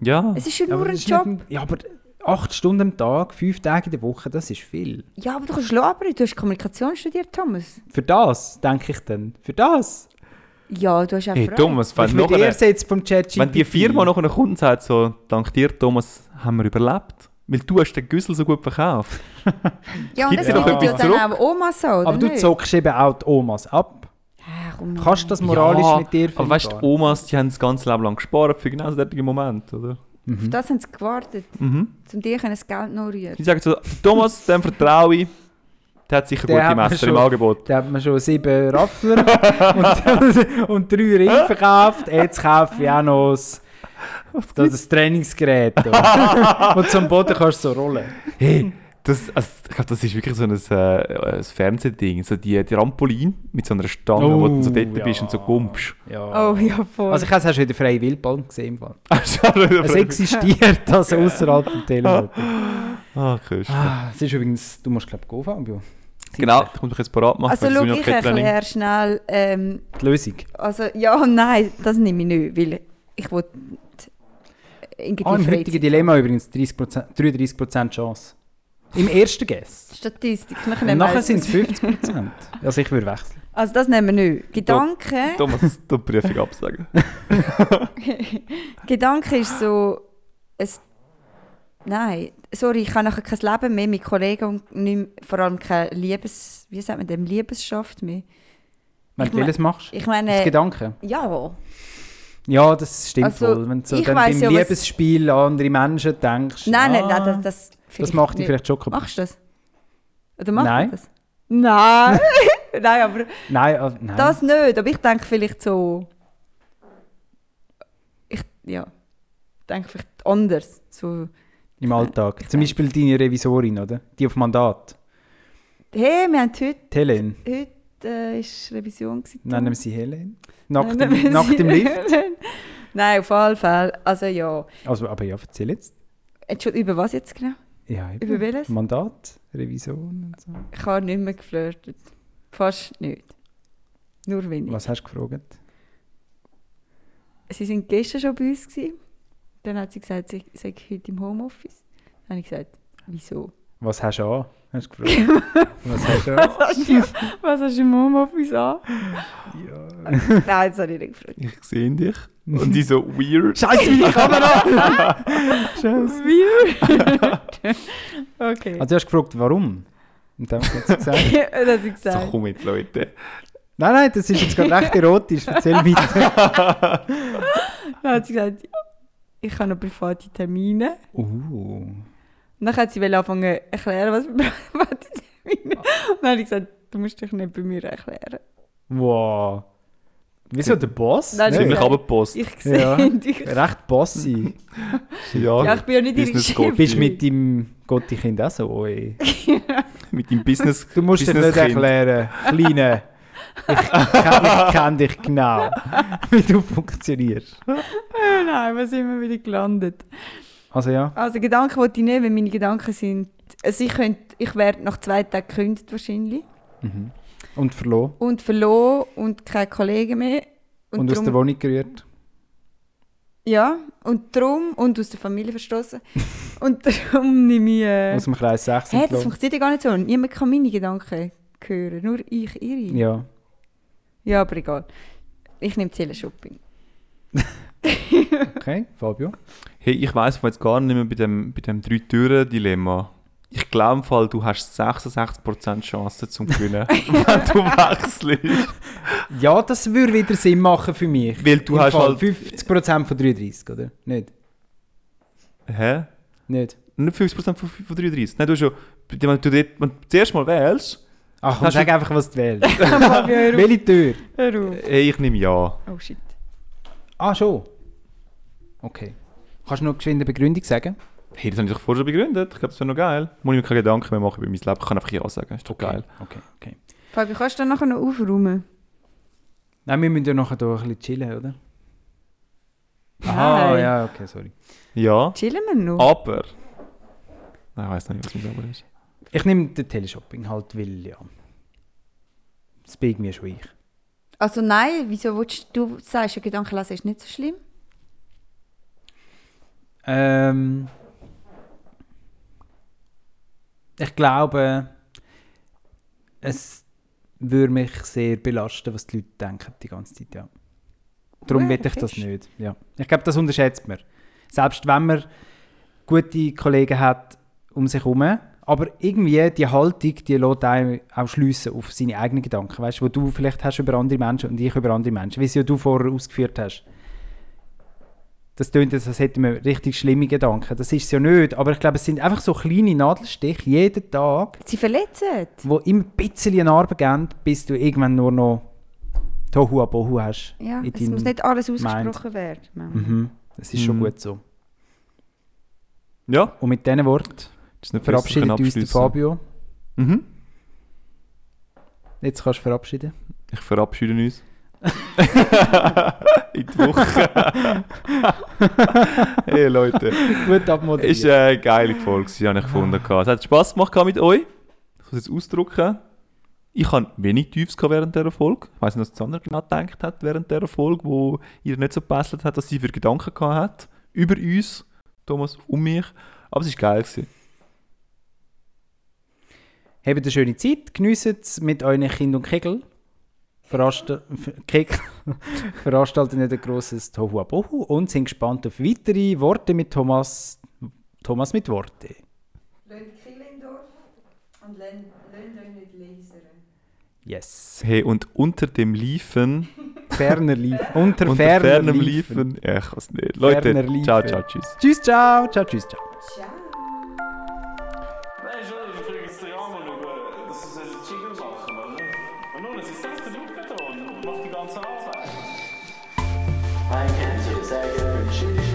Ja. Es ist ja nur Aber ein das ist Job. nicht- Ja, aber acht Stunden am Tag, fünf Tage in der Woche, das ist viel. Ja, aber du kannst labern. Du hast Kommunikation studiert, Thomas. Für das, denke ich dann. Für das. Ja, du hast auch Hey Freude. Thomas, wenn, ich bin nachher, erst jetzt vom Chat wenn die Firma noch einem Kunden sagt, so, dank dir Thomas, haben wir überlebt. Weil du hast den Güssel so gut verkauft. Ja, und Gibt's das noch bietet ja etwas dann auch Omas an, oder Aber du nicht? zockst eben auch die Omas ab. Ah, komm. Kannst du das moralisch Ja, mit dir Aber weißt du, die vereinbaren? Omas, die haben das ganze Leben lang gespart für genau solche Momente, oder? Auf das haben sie gewartet. Mhm. Um dir können das Geld noch rühren. Die sagen so, Thomas, dem vertraue ich. Der hat sicher Der gute hat mir Messer schon- im Angebot. Da hat man schon sieben Raffler und, und drei Ringe verkauft. Jetzt kaufe ich auch noch das, das, das Trainingsgerät. und zum Boden kannst du so rollen. Hey, das, also, ich glaube, das ist wirklich so ein, äh, ein Fernsehding. So die, die Rampolin mit so einer Stange, wo du so Oh, dort ja. bist und so gumpst. Ja. Oh ja, voll. Also ich habe es auch schon in der freien Wildbahn gesehen. im Fall. Es ah, existiert also außerhalb vom Telefon. Köst. Ah, Es ist übrigens, du musst glaube ich gehen, Fabio. Genau, ich muss mich jetzt parat machen. Also, weil schau, sonst ich bin noch kein Training. erkläre schnell, ähm, Die Lösung. Ah, also, ja, nein, das nehme ich nicht, weil ich will irgendwie Ah, im heutigen Freizeit. Dilemma übrigens 30%, 33% Chance. Im ersten Guess. Statistik. Nachher Und nehmen wir nachher eins. sind es 50%. Also ich würde wechseln. Also das nehmen wir nicht. Gedanken, Thomas, du die Prüfung absagen. Gedanke ist so ein... Nein, sorry, ich habe nachher kein Leben mehr mit Kollegen und nicht, vor allem kein Liebes... Wie sagt man dem? Liebesschaft mehr. Wenn Ich du mein- das machst. Ich Das meine, Gedanken. ja, Ja, das stimmt Also, wohl. Wenn du so ich dann weiss beim ja, was- Liebesspiel an andere Menschen denkst. Nein, ah, nein, nein, das, das, Das vielleicht macht dich nicht. vielleicht schon kaputt. Machst du das? Oder machst du Nein. das? Nein. Nein, aber Nein, äh, nein. das nicht. Aber ich denke vielleicht so. Ich, ja. denke vielleicht anders. So, Im Alltag. Ich Zum Beispiel deine Revisorin, oder? Die auf Mandat. hey, wir haben heute. Die Helen. Heute äh, ist Revision. gewesen. Nennen wir sie Helen. Nein, Nach nein, wir dem, nach dem sind- Lift. Nein, auf alle Fälle. Also ja. Also, aber ja, erzähl jetzt. Entschuldigung, über was jetzt genau? Ja, eben. Über welches? Mandat, Revision und so. Ich habe nicht mehr geflirtet. Fast nicht. Nur wenig. Was hast du gefragt? Sie waren gestern schon bei uns. Gewesen. Dann hat sie gesagt, sie sei heute im Homeoffice. Dann habe ich gesagt, wieso? Was hast du an? Hast du gefragt? Was hast du an? Was hast du, was hast du im Homeoffice an? Ja. Nein, das habe ich nicht gefragt. Ich sehe dich. Und die so weird. Scheiße, meine Kamera! Scheiße. Weird. okay. Also, du hast gefragt, warum? Und dann hat sie gesagt. Dann hat sie So, gesagt, komm jetzt, Leute. Nein, nein, das ist jetzt gerade recht erotisch. Erzähl weiter. dann hat sie gesagt, ja, ich habe noch private Termine. Uh. Und dann hat sie wollte anfangen zu erklären, was private Termine Und dann habe ich gesagt, du musst dich nicht bei mir erklären. Wow. Wieso der Boss? Nein, Ne? Ziemlich Also, Ja. abgepost. Ich sehe Ja. dich. Recht bossy. Ja, ich bin ja nicht ihre Business Chefin. Coach. Bist du mit deinem Gotti-Kind auch so? Ey. Mit deinem Business. Du musst dir nicht Businesskind. erklären, Kleine. Ich kenne ich kenn dich genau, wie du funktionierst. Oh nein, wo sind wir wieder gelandet? Also ja, Also Gedanken wollte ich nicht, weil meine Gedanken sind... Also ich, könnte, ich werde nach zwei Tagen gekündigt wahrscheinlich. Mhm. und verloren. Und verloren und keine Kollegen mehr. Und, aus drum- der Wohnung gerührt. Ja, und drum und aus der Familie verstoßen. und darum nehme ich... Äh, Aus dem Kreis 6. hä, das entlassen. funktioniert ja gar nicht so. Niemand kann meine Gedanken hören, nur ich ihre. Ja, Ja. aber egal. Ich nehme Teleshopping. Okay, Fabio. Hey, ich weiss jetzt gar nicht mehr bei dem, bei dem Drei-Türen-Dilemma. Ich glaube, im Fall, du hast 66% Chance zum Gewinnen, wenn du wechselst. Ja, das würde wieder Sinn machen für mich. Weil du Im hast Fall halt- 50% von 33, oder? Nicht? Hä? Nicht. Nicht 50% von, von 33. Nein, du hast ja, wenn du, dort, wenn du das erste Mal wählst, Ach, komm, Hast sag du- einfach, was du wählst. Fabio, hör auf. Welche Tür? Hör auf. hey, ich nehme ja. Oh shit. Ah, schon. Okay. Kannst du noch geschwind eine Begründung sagen? Hey, das habe ich doch vorher schon begründet. Ich glaube, das wäre noch geil. Muss ich mir keine Gedanken mehr machen über mein Leben. Ich kann einfach ja sagen. Ist doch geil. Okay, okay. Fabio, kannst du dann nachher noch aufräumen? Nein, wir müssen ja nachher hier ein bisschen chillen, oder? Nein. Ah, ja, Ah. okay, sorry. Ja, Chillen wir noch? aber... Nein, ich weiss noch nicht, was mit aber ist. Ich nehme den Teleshopping halt, weil ja. Das bin mir schon ich. Also nein, wieso willst du, du sagst, ja, Gedanken lesen ist nicht so schlimm. Ähm, ich glaube, es würde mich sehr belasten, was die Leute denken die ganze Zeit, ja. Darum Hure will ich das fest. nicht. Ja. Ich glaube, das unterschätzt man. Selbst wenn man gute Kollegen hat um sich herum, aber irgendwie die Haltung, die lässt einem auch schliessen auf seine eigenen Gedanken, weißt, du, die du vielleicht hast über andere Menschen und ich über andere Menschen, wie es ja du vorher ausgeführt hast. Das tönt jetzt, als hätten wir richtig schlimme Gedanken. Das ist es ja nicht, aber ich glaube, es sind einfach so kleine Nadelstiche jeden Tag, Sie verletzen. wo immer ein bisschen eine Arbeit geben, bis du irgendwann nur noch Tohu Bohu hast. Ja, in es deinem- muss nicht alles ausgesprochen werden. Mann. Mhm. Das ist schon Mhm. gut so. Ja, Und mit diesen Worten das ist nicht verabschiedet uns der Fabio. Fabio. Mhm. Jetzt kannst du verabschieden. Ich verabschiede uns. In die Woche. hey Leute, Gut abmoderiert. ist äh, eine geile Folge, gewesen, habe ich gefunden. gehabt. Es hat Spass gemacht gehabt mit euch. Ich muss jetzt ausdrücken. Ich habe wenig Tiefs gehabt während dieser Folge. Ich weiß nicht, was Sandra genau gedacht hat während dieser Folge, wo ihr nicht so gebesselt hat, was sie für Gedanken gehabt hat. Über uns, Thomas, um mich. Aber es war geil. Gewesen. Habt eine schöne Zeit, geniessen es mit euren Kind und Kegel. Veranstalt- ver- Kegel. Veranstaltet nicht ein grosses Tohuwabohu und sind gespannt auf weitere Worte mit Thomas. Thomas mit Worte. Lönnt Killendorf und lönnt euch nicht lesen. Yes. Hey, und unter dem Liefen, Ferner liefen. Unter, unter ferner, fernem liefen. Liefen, Ja, ich kann es nicht. Ferner Leute, liefen. ciao, ciao, tschüss. Tschüss, ciao. Ciao, tschüss, ciao. Weißt du, das ist übrigens der Jammer, das ist eine Jingle machen, oder? Und nun, es ist das der Luftbeton und macht die ganze Arbeit. I can't see a second from shooting.